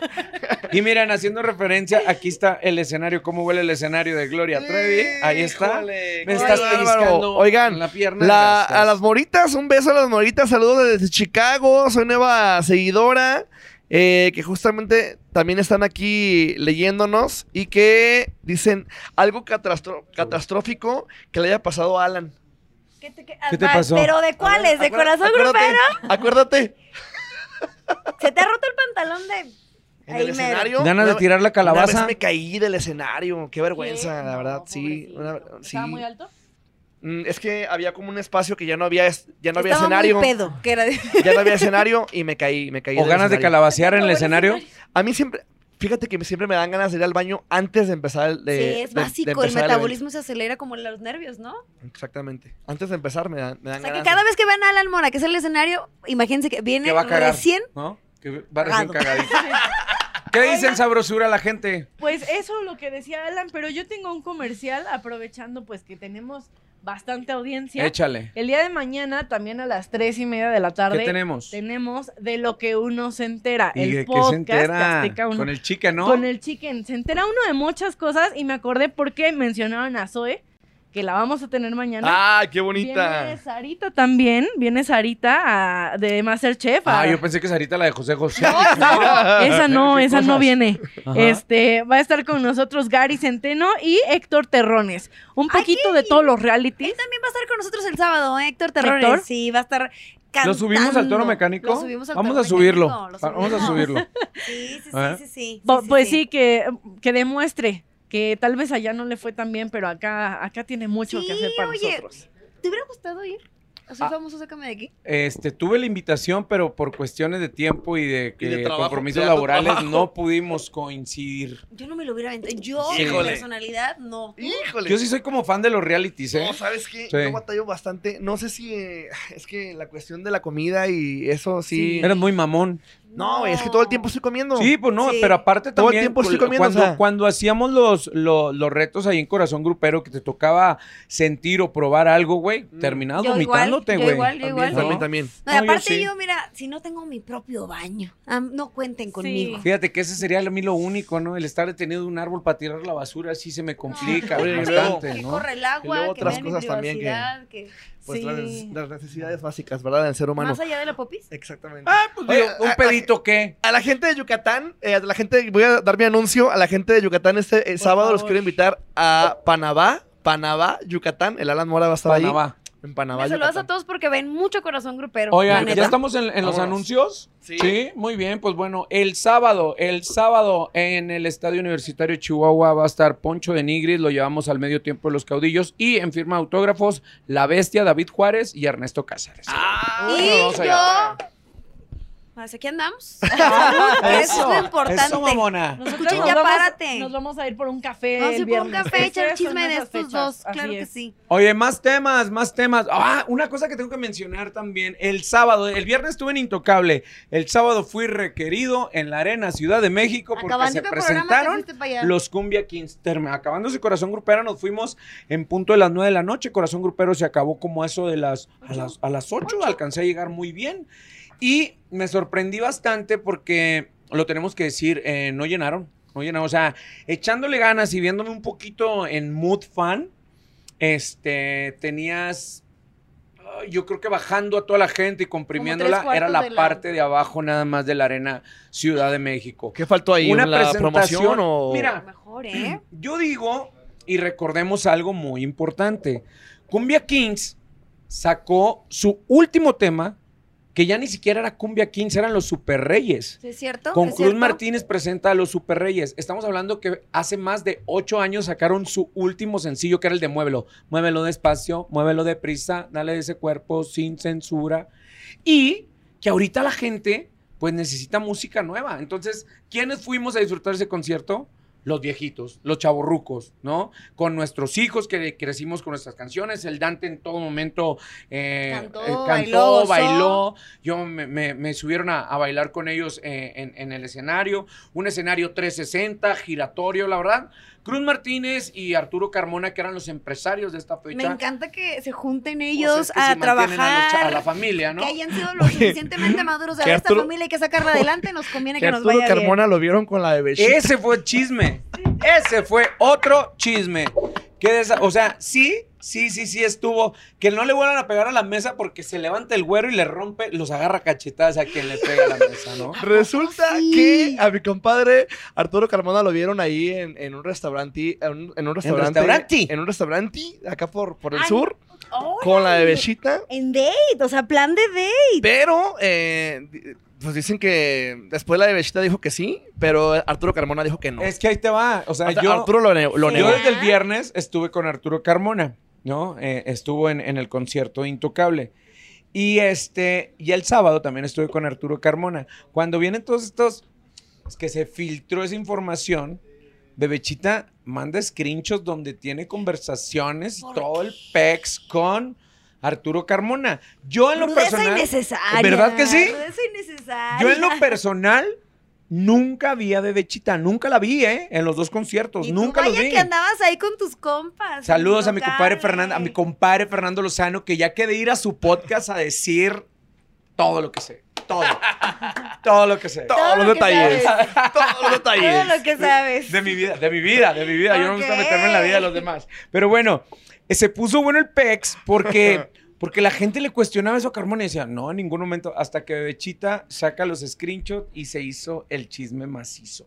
Speaker 3: Y miren, haciendo referencia, aquí está el escenario, cómo huele el escenario de Gloria Trevi. Ahí está.
Speaker 4: Híjole,
Speaker 3: Me
Speaker 4: qué
Speaker 3: estás
Speaker 4: bárbaro.
Speaker 3: pellizcando
Speaker 4: Oigan,
Speaker 3: la pierna.
Speaker 4: La-
Speaker 3: Gracias.
Speaker 4: a las moritas, un beso a las moritas, saludos desde Chicago, soy nueva seguidora, eh, que justamente también están aquí leyéndonos y que dicen algo catastro- catastrófico que le haya pasado a Alan.
Speaker 1: ¿Qué te,
Speaker 3: ¿Qué te
Speaker 1: ah,
Speaker 3: pasó?
Speaker 1: ¿Pero de cuáles? ¿De
Speaker 4: Acuérdate-
Speaker 1: corazón
Speaker 4: acuérdate,
Speaker 1: grupero?
Speaker 4: Acuérdate,
Speaker 1: ¿Se te ha roto el pantalón de...?
Speaker 4: en
Speaker 1: Ahí
Speaker 4: el
Speaker 1: mero.
Speaker 4: escenario...
Speaker 3: Ganas de
Speaker 4: una-
Speaker 3: tirar la
Speaker 4: una vez
Speaker 3: calabaza.
Speaker 4: me caí del escenario, qué vergüenza,
Speaker 2: ¿Qué?
Speaker 4: la
Speaker 2: No,
Speaker 4: verdad, sí.
Speaker 2: pobrecito.
Speaker 4: una- sí.
Speaker 2: ¿Estaba muy alto?
Speaker 4: Mm, Es que había como un espacio que ya no había, es- ya no había
Speaker 1: Estaba muy
Speaker 4: escenario.
Speaker 1: pedo, que era de-
Speaker 4: Ya no había escenario y me caí, me caí.
Speaker 3: ¿O
Speaker 4: del
Speaker 3: ganas de
Speaker 4: escenario.
Speaker 3: calabacear en el escenario?
Speaker 4: A mí siempre, fíjate que siempre me dan ganas de ir al baño antes de empezar. el- De,
Speaker 1: sí, es
Speaker 4: de- de
Speaker 1: básico. el
Speaker 4: empezar evento.
Speaker 1: metabolismo se acelera como los nervios, ¿no?
Speaker 4: Exactamente. Antes de empezar me dan, me dan
Speaker 1: O sea, que
Speaker 4: ganas.
Speaker 1: cada vez que vean a Alan Mora, que es el escenario, imagínense que viene
Speaker 3: Que va a cagar.
Speaker 1: recién.
Speaker 3: ¿No? Que va recién
Speaker 1: Cagado.
Speaker 3: cagadito. ¿Qué dicen sabrosura la gente?
Speaker 2: Pues eso lo que decía Alan, pero yo tengo un comercial aprovechando pues que tenemos bastante audiencia.
Speaker 3: Échale.
Speaker 2: El día de mañana, también a las tres y media de la tarde,
Speaker 3: ¿Qué tenemos?
Speaker 2: tenemos de lo que uno se entera.
Speaker 3: ¿Y
Speaker 2: el
Speaker 3: de qué
Speaker 2: podcast
Speaker 3: se
Speaker 2: de
Speaker 3: entera?
Speaker 2: Azteca Uno.
Speaker 3: Con el chica, ¿no?
Speaker 2: Con el chicken. Se entera uno de muchas cosas y me acordé por qué mencionaron a Zoe, que la vamos a tener mañana.
Speaker 4: ¡Ah, qué
Speaker 2: Viene
Speaker 4: bonita!
Speaker 2: Sarita también, viene Sarita a- de Masterchef. a-
Speaker 3: Ah, yo pensé que Sarita la de José José.
Speaker 2: Esa no,
Speaker 3: ¿Qué
Speaker 2: esa no
Speaker 3: cosas?
Speaker 2: viene.
Speaker 3: Ajá.
Speaker 2: Este, va a estar con nosotros Gary Centeno y Héctor Terrones. Un poquito de todos los realities.
Speaker 1: Él también va a estar con nosotros el sábado, ¿eh? Héctor Terrones.
Speaker 2: ¿Héctor?
Speaker 1: Sí, va a estar cantando.
Speaker 3: ¿Lo subimos al toro mecánico?
Speaker 1: Lo subimos al
Speaker 3: Vamos
Speaker 1: toro
Speaker 3: a subirlo.
Speaker 1: mecánico, lo
Speaker 3: Vamos a
Speaker 1: subimos.
Speaker 3: subirlo.
Speaker 1: Sí, sí,
Speaker 3: ¿Eh?
Speaker 1: sí, sí, sí.
Speaker 2: Po- pues sí, que, que demuestre que tal vez allá no le fue tan bien, pero acá, acá tiene mucho que
Speaker 1: Sí,
Speaker 2: hacer para
Speaker 1: oye.
Speaker 2: nosotros.
Speaker 1: ¿Te hubiera gustado ir? A Soy
Speaker 3: Ah.
Speaker 1: famoso, sácame de aquí.
Speaker 3: Este, tuve la invitación, pero por cuestiones de tiempo y de,
Speaker 4: Y de
Speaker 3: que
Speaker 4: trabajo,
Speaker 3: compromisos
Speaker 4: de alto
Speaker 3: laborales
Speaker 4: trabajo.
Speaker 3: no pudimos coincidir.
Speaker 1: Yo no me lo hubiera aventado. Yo, mi
Speaker 4: Híjole.
Speaker 1: personalidad, no.
Speaker 4: ¡Híjole!
Speaker 3: Yo sí soy como fan de los realities, ¿eh?
Speaker 4: No, ¿sabes qué?
Speaker 3: Sí.
Speaker 4: Yo batallo bastante. No sé si eh, es que la cuestión de la comida y eso sí.
Speaker 3: Eres muy mamón.
Speaker 4: No, güey, es que todo el tiempo estoy comiendo.
Speaker 3: Sí, pues no,
Speaker 1: Sí.
Speaker 3: pero aparte
Speaker 4: Todo el
Speaker 3: también
Speaker 4: tiempo estoy
Speaker 3: cu-
Speaker 4: comiendo, o
Speaker 3: cuando,
Speaker 4: sea.
Speaker 3: cuando hacíamos los, lo- los, retos ahí en Corazón Grupero que te tocaba sentir o probar algo, güey,
Speaker 4: Mm.
Speaker 3: terminabas
Speaker 1: Yo igual,
Speaker 3: vomitándote,
Speaker 1: yo
Speaker 3: güey.
Speaker 1: igual, yo
Speaker 3: También,
Speaker 1: igual.
Speaker 3: ¿no?
Speaker 4: También, también.
Speaker 1: No, y
Speaker 3: No, yo
Speaker 1: aparte
Speaker 3: sí.
Speaker 1: yo, mira, si no tengo mi propio baño, ah, no cuenten conmigo.
Speaker 3: Fíjate que ese sería a mí lo único, ¿no? El estar detenido de un árbol para tirar la basura sí se me complica
Speaker 4: No, no, no.
Speaker 3: bastante,
Speaker 1: Que
Speaker 3: ¿no?
Speaker 1: corre el
Speaker 4: Y
Speaker 1: agua,
Speaker 4: luego
Speaker 1: que
Speaker 4: otras
Speaker 1: vean mi
Speaker 4: cosas también que-
Speaker 1: privacidad, que...
Speaker 4: Pues
Speaker 2: Sí.
Speaker 4: las, neces- las necesidades básicas, ¿verdad? Del ser humano.
Speaker 1: Más allá de la popis.
Speaker 4: Exactamente.
Speaker 3: Ah, pues
Speaker 4: Oye,
Speaker 3: digo, un
Speaker 4: a-
Speaker 3: pedito qué.
Speaker 4: A la gente de Yucatán, eh, a la gente, voy a dar mi anuncio. A la gente de Yucatán este eh, sábado los
Speaker 2: favor.
Speaker 4: quiero invitar a Panabá, Panabá, Yucatán. El Alan Mora va a estar ahí.
Speaker 3: Panamá.
Speaker 4: En
Speaker 1: Me
Speaker 4: Panabá.
Speaker 1: saludas
Speaker 4: Yucatán.
Speaker 1: a todos porque ven mucho corazón grupero. la
Speaker 3: Oigan,
Speaker 1: neta.
Speaker 3: ya estamos en, en los
Speaker 4: Vámonos.
Speaker 3: anuncios.
Speaker 4: Sí.
Speaker 3: Sí. muy bien. Pues bueno, el sábado, el sábado en el Estadio Universitario de Chihuahua va a estar Poncho de Nigris, lo llevamos al medio tiempo de los caudillos y en firma de autógrafos, La Bestia, David Juárez y Ernesto Cáceres.
Speaker 4: Ah,
Speaker 1: Y
Speaker 3: Vámonos,
Speaker 1: yo...
Speaker 3: vamos allá.
Speaker 1: Pues aquí andamos. Eso es lo importante.
Speaker 3: Eso, mamona.
Speaker 2: Nosotros
Speaker 1: Escuchen, ya
Speaker 2: vamos-
Speaker 1: párate.
Speaker 2: Nos vamos a ir por un café.
Speaker 1: Vamos a
Speaker 2: el
Speaker 1: ir por un
Speaker 2: viernes.
Speaker 1: café, echar
Speaker 2: Esas son
Speaker 1: chisme de
Speaker 2: esas
Speaker 1: estos
Speaker 2: fechas,
Speaker 1: dos. Claro
Speaker 2: así
Speaker 1: que
Speaker 2: es.
Speaker 1: sí.
Speaker 3: Oye, más temas, más temas. Ah, una cosa que tengo que mencionar también. El sábado, el viernes estuve en Intocable. El sábado fui requerido en la Arena Ciudad de México porque
Speaker 1: Acabando
Speaker 3: se
Speaker 1: el programa, te
Speaker 3: presentaron
Speaker 1: fuiste para allá.
Speaker 3: Los Cumbia Kings. Term- Acabando ese Corazón Grupero, nos fuimos en punto de las 9 de la noche. Corazón Grupero se acabó como eso de las a las, a las 8. Alcancé a llegar muy bien. Y me sorprendí bastante porque, lo tenemos que decir, eh, no llenaron. No llenaron. O sea, echándole ganas y viéndome un poquito en mood fan, este, tenías... ah, Yo creo que bajando a toda la gente y comprimiéndola
Speaker 1: cuartos
Speaker 3: era la
Speaker 1: de la-
Speaker 3: parte de abajo nada más de la arena Ciudad de México.
Speaker 4: ¿Qué faltó ahí?
Speaker 3: Una
Speaker 4: ¿En la
Speaker 3: presentación,
Speaker 4: promoción o...?
Speaker 1: A
Speaker 3: mira.
Speaker 1: lo mejor, ¿eh?
Speaker 3: Yo digo, y recordemos algo muy importante, Cumbia Kings sacó su último tema, que ya ni siquiera era Cumbia Kings, eran los Super Reyes.
Speaker 1: ¿Sí ¿Es cierto?
Speaker 3: Con
Speaker 1: ¿Es
Speaker 3: Cruz
Speaker 1: cierto?
Speaker 3: Martínez presenta a los Super Reyes. Estamos hablando que hace más de ocho años sacaron su último sencillo, que era el de Muévelo. Muévelo despacio, muévelo deprisa, dale ese cuerpo sin censura. Y que ahorita la gente, pues necesita música nueva. Entonces, ¿quiénes fuimos a disfrutar ese concierto? Los viejitos, los chavorrucos, ¿no? Con nuestros hijos que crecimos con nuestras canciones. El Dante en todo momento eh,
Speaker 1: Cantó,
Speaker 3: eh,
Speaker 1: bailó, gozó.
Speaker 3: bailó. Yo me, me- me subieron a, a bailar con ellos eh, en, en el escenario. Un escenario 360, giratorio, la verdad. Cruz Martínez y Arturo Carmona, que eran los empresarios de esta fecha.
Speaker 1: Me encanta que se junten
Speaker 3: pues,
Speaker 1: ellos
Speaker 3: es que
Speaker 1: a
Speaker 3: sí mantienen a los cha-
Speaker 1: trabajar.
Speaker 3: A, la familia, ¿no?
Speaker 1: Que hayan sido lo suficientemente maduros de
Speaker 4: que
Speaker 1: ver esta
Speaker 4: Arturo-
Speaker 1: familia hay que sacarla adelante, nos conviene que,
Speaker 4: Que
Speaker 1: nos
Speaker 4: Arturo
Speaker 1: vaya
Speaker 4: Carmona lo vieron con la de Beshit.
Speaker 3: Ese fue chisme. Ese fue otro chisme. Que desa- o sea, sí, sí, sí, sí estuvo. Que no le vuelvan a pegar a la mesa porque se levanta el güero y le rompe, los agarra cachetadas a quien le pega a la mesa, ¿no?
Speaker 4: Resulta
Speaker 1: sí?
Speaker 4: que a mi compadre Arturo Carmona lo vieron ahí en, en un restaurante, en un, en un restaurante,
Speaker 3: restaurante?
Speaker 4: en un restaurante acá por, por el
Speaker 1: Ay,
Speaker 4: sur,
Speaker 1: bien. Órale.
Speaker 4: con la de Beshita,
Speaker 1: Oh, En date, o sea, plan de date.
Speaker 4: pero eh, di- pues dicen que después la de Beshita dijo que sí, pero Arturo Carmona dijo que no.
Speaker 3: Es que ahí te va. O sea,
Speaker 4: Arta-
Speaker 3: yo,
Speaker 4: Arturo lo, ne- lo
Speaker 1: Sí.
Speaker 3: yo
Speaker 4: negó.
Speaker 1: ¿Verdad?
Speaker 3: desde el viernes estuve con Arturo Carmona. ¿no? Eh, estuvo en, en el concierto de Intocable. Y este, y el sábado también estuve con Arturo Carmona. Cuando vienen todos estos, es que se filtró esa información, Bebechita manda screenshots donde tiene conversaciones y
Speaker 1: ¿Por
Speaker 3: todo el pex con Arturo Carmona. Yo en lo
Speaker 1: Rudeza
Speaker 3: personal,
Speaker 1: innecesaria.
Speaker 3: ¿Verdad que sí?
Speaker 1: Rudeza innecesaria.
Speaker 3: yo en lo personal nunca vi a Bebechita, nunca la vi, ¿eh? En los dos conciertos,
Speaker 1: Y tú,
Speaker 3: nunca los
Speaker 1: vaya
Speaker 3: vi.
Speaker 1: que andabas ahí con tus compas.
Speaker 3: Saludos a mi compadre
Speaker 1: intocable.
Speaker 3: Fernando, a mi compadre Fernando Lozano, que ya quede ir a su podcast a decir todo lo que sé. Todo. todo lo que sé.
Speaker 4: Todos los
Speaker 1: lo que
Speaker 4: detalles. Todos los
Speaker 1: Todo
Speaker 4: detalles.
Speaker 1: lo que sabes.
Speaker 3: eh, De mi vida, de mi vida, de mi vida. Yo no me gusta
Speaker 1: Ok.
Speaker 3: meterme en la vida de los demás. Pero bueno, eh, se puso bueno el PEX porque, porque la gente le cuestionaba eso a Carmona y decía, no, en ningún momento, hasta que Bechita saca los screenshots y se hizo el chisme macizo.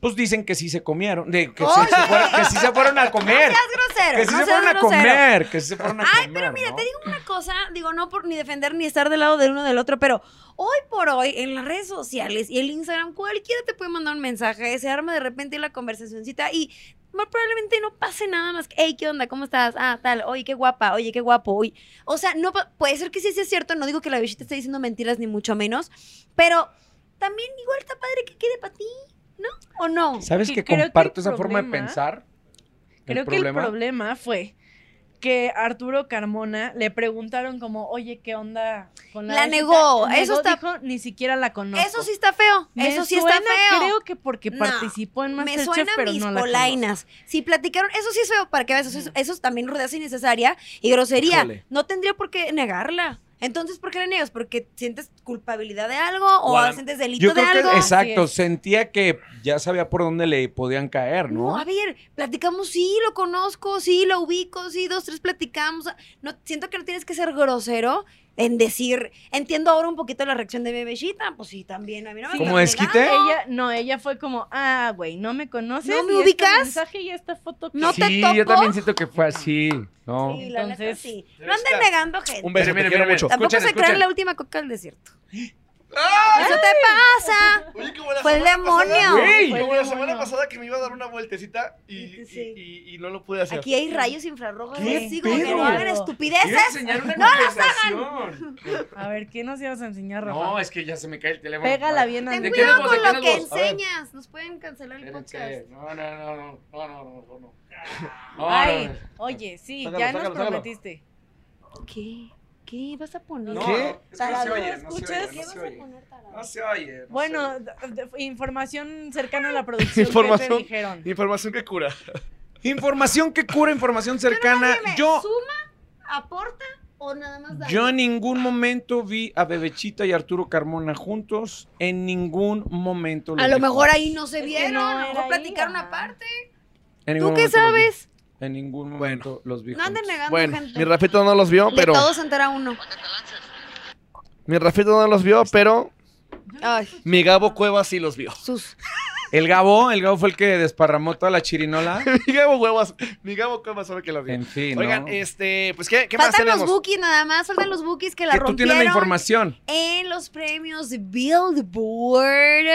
Speaker 3: Pues dicen que sí se comieron, de, que, sí
Speaker 1: Oye.
Speaker 3: se fueron, que sí se fueron a comer.
Speaker 1: Seas grosero.
Speaker 3: Que sí
Speaker 1: no
Speaker 3: se
Speaker 1: seas
Speaker 3: fueron a
Speaker 1: grosero.
Speaker 3: comer, que sí se fueron a comer.
Speaker 1: Ay, pero mira,
Speaker 3: ¿no?
Speaker 1: te digo una cosa, digo, no por ni defender ni estar del lado del uno del otro, pero hoy por hoy en las redes sociales y el Instagram, cualquiera te puede mandar un mensaje, se arma de repente la conversacioncita y más probablemente no pase nada más que, hey, ¿qué onda? ¿Cómo estás? Ah, tal, oye, qué guapa, oye, qué guapo, oye. O sea, no pa- puede ser que sí sea cierto, no digo que la bichita esté diciendo mentiras ni mucho menos, pero también igual está padre que quede para ti, ¿no? ¿O no?
Speaker 3: ¿Sabes
Speaker 2: Que
Speaker 3: que,
Speaker 2: creo que el
Speaker 3: comparto esa forma de
Speaker 2: problema-
Speaker 3: pensar?
Speaker 2: Creo que el problema fue que Arturo Carmona le preguntaron como, oye, ¿qué onda con la
Speaker 1: La
Speaker 2: vecina?"
Speaker 1: negó, eso está-
Speaker 2: dijo, ni siquiera la conozco.
Speaker 1: Eso sí está feo,
Speaker 2: Me
Speaker 1: eso sí
Speaker 2: suena,
Speaker 1: está feo.
Speaker 2: Creo que porque
Speaker 1: No,
Speaker 2: participó en
Speaker 1: Me
Speaker 2: Masterchef,
Speaker 1: suena
Speaker 2: pero
Speaker 1: mis
Speaker 2: no la conozco.
Speaker 1: polainas. Si platicaron, eso sí es feo para que veas, eso, es- eso es también rudeza innecesaria y grosería.
Speaker 3: Híjole.
Speaker 1: No tendría por qué negarla. Entonces, ¿por qué la niegas? ¿Porque sientes culpabilidad de algo o
Speaker 3: O a la-
Speaker 1: sientes delito
Speaker 3: Yo
Speaker 1: de
Speaker 3: creo que,
Speaker 1: algo?
Speaker 3: exacto,
Speaker 2: Así es.
Speaker 3: sentía que ya sabía por dónde le podían caer,
Speaker 1: No,
Speaker 3: ¿no?
Speaker 1: a ver, platicamos, sí, lo conozco, sí, lo ubico, sí, dos, tres platicamos. No, siento que no tienes que ser grosero en decir, entiendo ahora un poquito la reacción de Bebechita, pues sí, también. A mí no me
Speaker 2: Sí.
Speaker 1: andas
Speaker 3: ¿Como desquite?
Speaker 1: negando.
Speaker 2: Ella, no, ella fue como, ah, güey, no me conoces.
Speaker 1: ¿No me
Speaker 2: ¿Y este
Speaker 1: ubicas?
Speaker 2: mensaje y esta foto que-"
Speaker 1: No te
Speaker 3: sí, yo
Speaker 1: tocó.
Speaker 3: también siento que fue así, ¿no?
Speaker 1: Sí, la neta,
Speaker 2: Entonces,
Speaker 1: sí. No anden negando gente.
Speaker 4: Un beso,
Speaker 3: Pero
Speaker 4: te
Speaker 3: mira,
Speaker 4: quiero
Speaker 3: mira,
Speaker 4: mucho.
Speaker 3: mira.
Speaker 1: Tampoco
Speaker 3: Escuchen,
Speaker 1: se crean
Speaker 3: escuchen.
Speaker 1: la última coca del desierto. ¡Eso te pasa!
Speaker 4: Oye, como la
Speaker 1: Fue el
Speaker 4: semana pasada-
Speaker 1: demonio.
Speaker 3: Güey.
Speaker 4: Como la semana
Speaker 2: Demonio.
Speaker 4: pasada que me iba a dar una vueltecita y,
Speaker 1: Sí.
Speaker 4: y- y- y no lo pude hacer.
Speaker 1: Aquí hay rayos infrarrojos.
Speaker 3: ¿Qué
Speaker 1: así como que
Speaker 3: pedo?
Speaker 1: no hagan estupideces.
Speaker 3: enseñar una conversación.
Speaker 2: A ver, ¿qué nos ibas a enseñar, Rafa?
Speaker 3: No, es que ya se me cae el teléfono.
Speaker 2: Pégala bien a
Speaker 1: Ten
Speaker 3: ¿De
Speaker 2: mí.
Speaker 3: qué
Speaker 1: cuidado
Speaker 3: nos-
Speaker 1: con
Speaker 3: de qué
Speaker 1: lo
Speaker 3: nos
Speaker 1: que
Speaker 3: vos? A ver.
Speaker 1: enseñas. Nos pueden cancelar el podcast.
Speaker 3: Espérense. No, no, no, no, no, no, no, no, no. No,
Speaker 2: Ay,
Speaker 3: no,
Speaker 2: oye, sí,
Speaker 4: Sácalo,
Speaker 2: ya
Speaker 4: sácalo,
Speaker 2: nos
Speaker 4: sácalo.
Speaker 2: prometiste.
Speaker 1: ¿Qué? ¿Qué vas a poner?
Speaker 3: no, no,
Speaker 4: ¿Qué?
Speaker 3: es que no se oye, no se
Speaker 2: ¿Escuchas?
Speaker 3: oye,
Speaker 1: ¿Qué
Speaker 3: no
Speaker 1: vas
Speaker 3: se
Speaker 1: a
Speaker 3: oye.
Speaker 1: poner, tarado?
Speaker 3: No se oye. no se oye.
Speaker 2: Bueno, d- d- información cercana a la producción que
Speaker 4: Información.
Speaker 2: te dijeron.
Speaker 4: Información que cura.
Speaker 3: Información que cura, información cercana.
Speaker 1: Dime,
Speaker 3: Yo,
Speaker 1: ¿Suma? ¿Aporta? ¿O nada más da?
Speaker 3: yo en ningún momento vi a Bebechita y Arturo Carmona juntos. En ningún momento. los
Speaker 1: A lo
Speaker 3: vi
Speaker 1: mejor
Speaker 3: juntos.
Speaker 1: ahí no se
Speaker 2: Es que
Speaker 1: vieron.
Speaker 2: no
Speaker 1: a lo
Speaker 2: era
Speaker 1: mejor
Speaker 2: ahí,
Speaker 1: platicaron
Speaker 2: ajá.
Speaker 1: aparte.
Speaker 3: En ningún
Speaker 1: ¿Tú qué
Speaker 3: momento los vi.
Speaker 1: sabes?
Speaker 3: En ningún
Speaker 4: Bueno.
Speaker 3: momento los vi
Speaker 1: No anden
Speaker 3: juntos.
Speaker 1: negando
Speaker 4: Bueno,
Speaker 1: gente.
Speaker 4: mi Rafito no los vio,
Speaker 1: De
Speaker 4: pero.
Speaker 1: todo se entera uno.
Speaker 4: Mi Rafito no los vio, pero
Speaker 1: Ay,
Speaker 4: mi Gabo Cueva sí los vio.
Speaker 1: sus.
Speaker 3: El Gabo, el Gabo fue el que desparramó toda la chirinola.
Speaker 4: mi Gabo Cuevas, mi Gabo Cuevas sabe que los vio.
Speaker 3: En fin, ¿no?
Speaker 4: Oigan, este, pues qué, qué más
Speaker 1: Faltan los
Speaker 4: tenemos.
Speaker 1: bookies nada más, faltan los bookies que la
Speaker 3: que tú tienes la
Speaker 1: rompieron.
Speaker 3: información.
Speaker 1: en los premios Billboard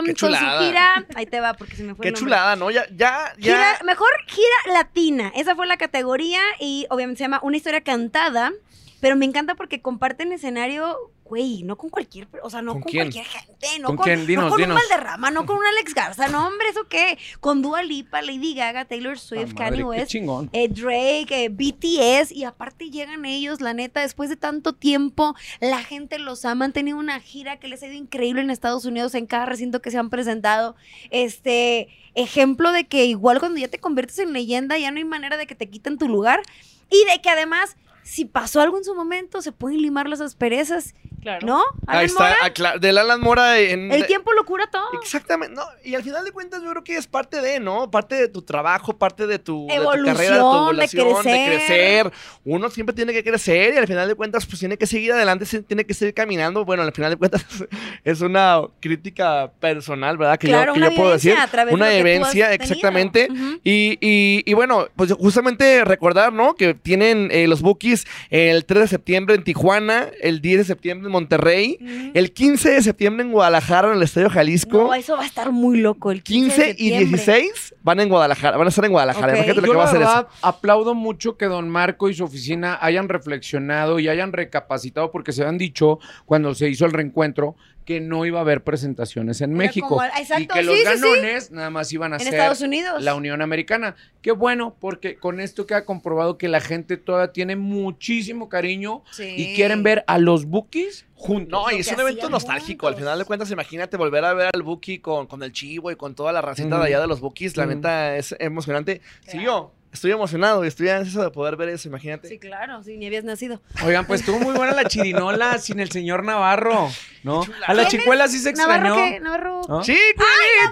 Speaker 1: um,
Speaker 4: Qué
Speaker 1: con su
Speaker 4: chulada.
Speaker 1: gira. Ahí te va porque se me fue
Speaker 4: Qué
Speaker 1: el nombre.
Speaker 4: chulada, ¿no? Ya, ya,
Speaker 1: Gira-
Speaker 4: ya.
Speaker 1: mejor gira latina. Esa fue la categoría y obviamente se llama Una historia cantada, pero me encanta porque comparten escenario, güey, no con cualquier, o sea, no
Speaker 4: ¿Con
Speaker 1: con,
Speaker 4: quién?
Speaker 1: cualquier gente, no
Speaker 3: ¿Con
Speaker 1: con,
Speaker 3: quién?
Speaker 1: no
Speaker 3: Dinos,
Speaker 1: con
Speaker 3: dinos.
Speaker 1: un Valderrama, no con un Alex Garza, no hombre, eso qué, con Dua Lipa, Lady Gaga, Taylor Swift,
Speaker 3: Ah, madre,
Speaker 1: Kanye
Speaker 3: qué
Speaker 1: West,
Speaker 3: chingón.
Speaker 1: eh, Drake, eh, BTS, y aparte llegan ellos, la neta, después de tanto tiempo, la gente los ama, han tenido una gira que les ha ido increíble en Estados Unidos, en cada recinto que se han presentado, este, ejemplo de que igual cuando ya te conviertes en leyenda, ya no hay manera de que te quiten tu lugar, y de que además, si pasó algo en su momento, se pueden limar las asperezas,
Speaker 2: Claro.
Speaker 1: ¿no? Alan
Speaker 4: Ahí está,
Speaker 1: Mora,
Speaker 4: acla- del Alan Mora en.
Speaker 1: el tiempo lo cura todo.
Speaker 4: Exactamente, no, y al final de cuentas yo creo que es parte de, ¿no? Parte de tu trabajo, parte de tu, de tu
Speaker 1: Evolución,
Speaker 4: carrera, de tu
Speaker 1: de
Speaker 4: evolución, de
Speaker 1: crecer.
Speaker 4: crecer. Uno siempre tiene que crecer y al final de cuentas pues tiene que seguir adelante, se- tiene que seguir caminando. Bueno, al final de cuentas es una crítica personal, ¿verdad? Que
Speaker 1: claro,
Speaker 4: yo, que
Speaker 1: una
Speaker 4: yo puedo
Speaker 1: vivencia
Speaker 4: decir.
Speaker 1: a través de
Speaker 4: una
Speaker 1: lo que tú has
Speaker 4: vivencia,
Speaker 1: tenido.
Speaker 4: exactamente.
Speaker 1: Ujú.
Speaker 4: Y, y- y bueno, pues justamente recordar, ¿no? Que tienen eh, los Bookies el 3 de septiembre en Tijuana, el 10 de septiembre en Monterrey.
Speaker 1: Mm.
Speaker 2: Ujú.
Speaker 4: El 15 de septiembre en Guadalajara, en el Estadio Jalisco.
Speaker 1: No, eso va a estar muy loco el 15,
Speaker 4: 15
Speaker 1: de
Speaker 4: y
Speaker 1: septiembre.
Speaker 4: 16 van en Guadalajara, van a estar en Guadalajara.
Speaker 1: Ok.
Speaker 4: Imagínate lo
Speaker 3: Yo
Speaker 4: que va a
Speaker 3: la
Speaker 4: hacer eso.
Speaker 3: verdad aplaudo mucho que don Marco y su oficina hayan reflexionado y hayan recapacitado porque se han dicho cuando se hizo el reencuentro que no iba a haber presentaciones en
Speaker 1: Era
Speaker 3: México
Speaker 1: como- exacto,
Speaker 3: y que
Speaker 1: sí,
Speaker 3: los
Speaker 1: sí, sí.
Speaker 3: ganones nada más iban a
Speaker 1: En
Speaker 3: ser
Speaker 1: Estados Unidos.
Speaker 3: la Unión Americana. Qué bueno, porque con esto queda comprobado que la gente todavía tiene muchísimo cariño
Speaker 1: Sí.
Speaker 3: y quieren ver a los Bookies juntos.
Speaker 4: No, y
Speaker 1: lo
Speaker 4: es
Speaker 1: que
Speaker 4: un evento
Speaker 1: hacían
Speaker 4: nostálgico. Al
Speaker 1: juntos.
Speaker 4: final de cuentas, imagínate volver a ver al Buki con, con el Chivo y con toda la racita
Speaker 3: Ujú.
Speaker 4: de allá de los Bukis. La
Speaker 3: Ujú.
Speaker 4: neta es emocionante. Si yo estoy emocionado y estoy ansioso de poder ver eso, imagínate.
Speaker 1: Sí, claro, sí, ni habías nacido.
Speaker 3: Oigan, pues estuvo muy buena la chirinola sin el señor Navarro, ¿no? A la chicuela sí se
Speaker 1: Navarro,
Speaker 3: extrañó.
Speaker 1: ¿qué? Navarro.
Speaker 3: ¿no?
Speaker 4: Sí,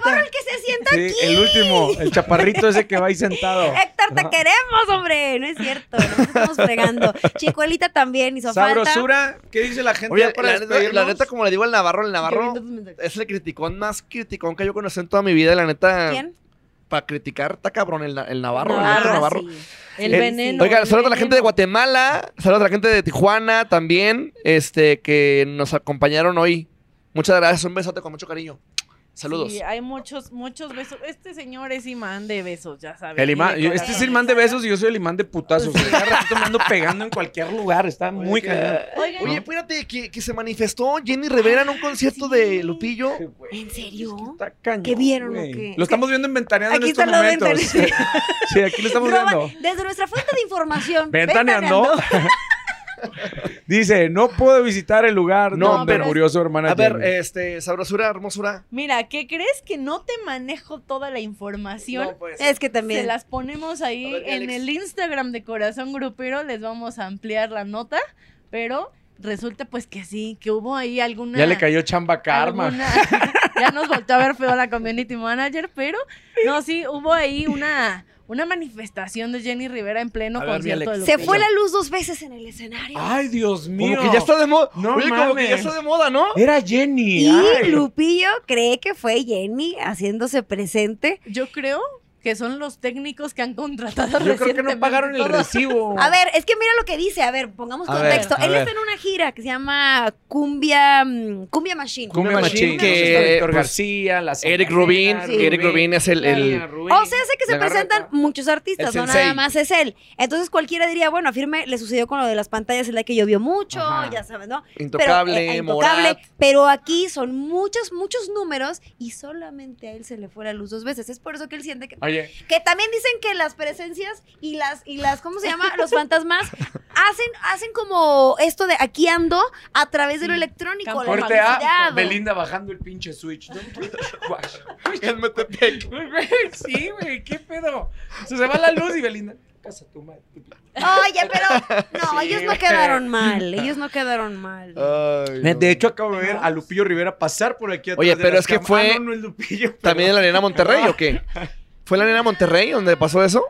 Speaker 1: Navarro, el que se sienta
Speaker 3: Sí,
Speaker 1: aquí.
Speaker 3: el último, el chaparrito ese que va ahí sentado.
Speaker 1: Héctor, te
Speaker 3: No.
Speaker 1: queremos, hombre. No es cierto, no nos estamos fregando. Chicuelita también hizo falta.
Speaker 3: Sabrosura, ¿qué dice la gente?
Speaker 4: Oye,
Speaker 3: ya para
Speaker 4: la neta, la
Speaker 3: despedirnos?
Speaker 4: neta, como le digo al Navarro, el Navarro
Speaker 1: Yo viendo tus mensajes.
Speaker 4: es el criticón más criticón que yo conocí en toda mi vida. La neta,
Speaker 1: ¿Quién?
Speaker 4: para criticar, está cabrón el, Na- el Navarro. el
Speaker 1: Navarro, ah,
Speaker 4: otro Navarro.
Speaker 1: sí.
Speaker 2: El
Speaker 1: Eh,
Speaker 2: veneno.
Speaker 4: Oiga,
Speaker 2: el
Speaker 4: saludos a la gente de
Speaker 2: veneno.
Speaker 4: Guatemala, saludos a la gente de Tijuana también, este, que nos acompañaron hoy. Muchas gracias, un besote con mucho cariño. Saludos.
Speaker 2: Sí, hay muchos, muchos besos. Este señor es imán de besos, ya sabes.
Speaker 3: El imán,
Speaker 2: y de
Speaker 3: este es
Speaker 2: corazones.
Speaker 3: imán de besos y yo soy el imán de putazos.
Speaker 2: Sí.
Speaker 3: Cada ratito me ando pegando en cualquier lugar, está muy
Speaker 4: que-
Speaker 3: cagado.
Speaker 2: Oigan,
Speaker 4: Oye, espérate, que, que se manifestó Jenny Rivera en un concierto
Speaker 1: Ah,
Speaker 2: sí.
Speaker 4: de Lupillo.
Speaker 1: ¿En serio?
Speaker 3: Está cañón,
Speaker 1: ¿Qué vieron o
Speaker 3: güey.
Speaker 1: qué?
Speaker 3: Lo estamos viendo en ventaneando
Speaker 1: Aquí
Speaker 3: en estos
Speaker 1: está lo de
Speaker 3: momentos. sí, aquí lo estamos
Speaker 1: Roba-
Speaker 3: viendo.
Speaker 1: desde nuestra fuente de información.
Speaker 3: Ventaneando. Dice, no puedo visitar el lugar
Speaker 4: No,
Speaker 3: donde
Speaker 4: pero-
Speaker 3: murió su hermana.
Speaker 4: A ver,
Speaker 3: Jenny".
Speaker 4: este, sabrosura, hermosura.
Speaker 2: mira, ¿qué crees que no te manejo toda la información?
Speaker 3: pues.
Speaker 1: Es que
Speaker 2: Se
Speaker 1: también.
Speaker 2: las ponemos ahí
Speaker 4: A ver,
Speaker 2: en
Speaker 4: Alex.
Speaker 2: el Instagram de Corazón Grupero, les vamos a ampliar la nota, pero resulta pues que sí, que hubo ahí alguna...
Speaker 3: Ya le cayó chamba a karma.
Speaker 2: alguna- ya nos volvió a ver feo la community manager, pero no, sí, hubo ahí una, una manifestación de Jenny Rivera en pleno
Speaker 4: A ver, mi
Speaker 2: concierto de
Speaker 4: Alex.
Speaker 1: Se
Speaker 2: Lupillo.
Speaker 1: fue la luz dos veces en el escenario.
Speaker 3: Ay, Dios mío.
Speaker 4: Como que ya está de moda.
Speaker 3: No
Speaker 4: Oye, como que
Speaker 3: mames.
Speaker 4: ya está de moda, ¿no?
Speaker 3: Era Jenny.
Speaker 1: Y
Speaker 3: ay.
Speaker 1: Lupillo cree que fue Jenny haciéndose presente.
Speaker 2: Yo creo que son los técnicos que han
Speaker 3: Yo
Speaker 2: contratado
Speaker 3: creo que no
Speaker 2: recientemente
Speaker 3: pagaron el
Speaker 2: todos.
Speaker 3: recibo.
Speaker 1: A ver, es que mira lo que dice. A ver, pongamos
Speaker 3: A
Speaker 1: contexto.
Speaker 3: ver, a
Speaker 1: Él
Speaker 3: ver.
Speaker 1: está en una gira que se llama Cumbia, mm, Cumbia Machine.
Speaker 3: Cumbia
Speaker 4: Cumbia
Speaker 3: Machín,
Speaker 4: Machín,
Speaker 3: que
Speaker 4: que,
Speaker 3: Víctor
Speaker 4: pues,
Speaker 3: García, la
Speaker 4: Eric
Speaker 3: Santa
Speaker 4: Rubin,
Speaker 3: Cena,
Speaker 1: Sí.
Speaker 4: Eric Rubin es el, el-
Speaker 3: Karina Rubin,
Speaker 1: O sea, sé que se
Speaker 3: la Garra
Speaker 1: presentan
Speaker 3: Roja.
Speaker 1: muchos artistas,
Speaker 4: El
Speaker 1: no
Speaker 4: sensei.
Speaker 1: nada más es él. Entonces cualquiera diría, bueno, a firme le sucedió con lo de las pantallas, es la que llovió mucho,
Speaker 3: Ajá.
Speaker 1: ya sabes, ¿no?
Speaker 4: Intocable,
Speaker 1: pero, eh,
Speaker 4: Morat.
Speaker 1: pero aquí son muchos, muchos números y solamente a él se le fue la luz dos veces. Es por eso que él siente que...
Speaker 3: Oye,
Speaker 1: Que también dicen que las presencias y las, y las ¿cómo se llama? Los fantasmas hacen, hacen como esto de aquí ando a través de lo electrónico.
Speaker 2: Campo
Speaker 1: la
Speaker 3: corte A,
Speaker 1: publicidad, o-
Speaker 3: Belinda bajando el pinche switch. Don't put the watch.
Speaker 4: El Metepec.
Speaker 3: Güey, Sí, güey, qué pedo. O sea, se va la luz y Belinda. Casa tu madre.
Speaker 1: Oye, pero no,
Speaker 3: Sí, Ah.
Speaker 1: ellos no
Speaker 3: güey.
Speaker 1: quedaron mal, ellos no quedaron mal.
Speaker 4: Ay, no.
Speaker 3: De hecho, acabo de ver a Lupillo Rivera pasar por aquí atrás
Speaker 4: Oye,
Speaker 3: de
Speaker 4: pero
Speaker 3: las
Speaker 4: es que
Speaker 3: cámaras.
Speaker 4: fue-
Speaker 3: Ah, no, no es Lupillo. pero-
Speaker 4: ¿También en la Arena Monterrey o qué? ¿Fue en la Arena Monterrey donde pasó eso?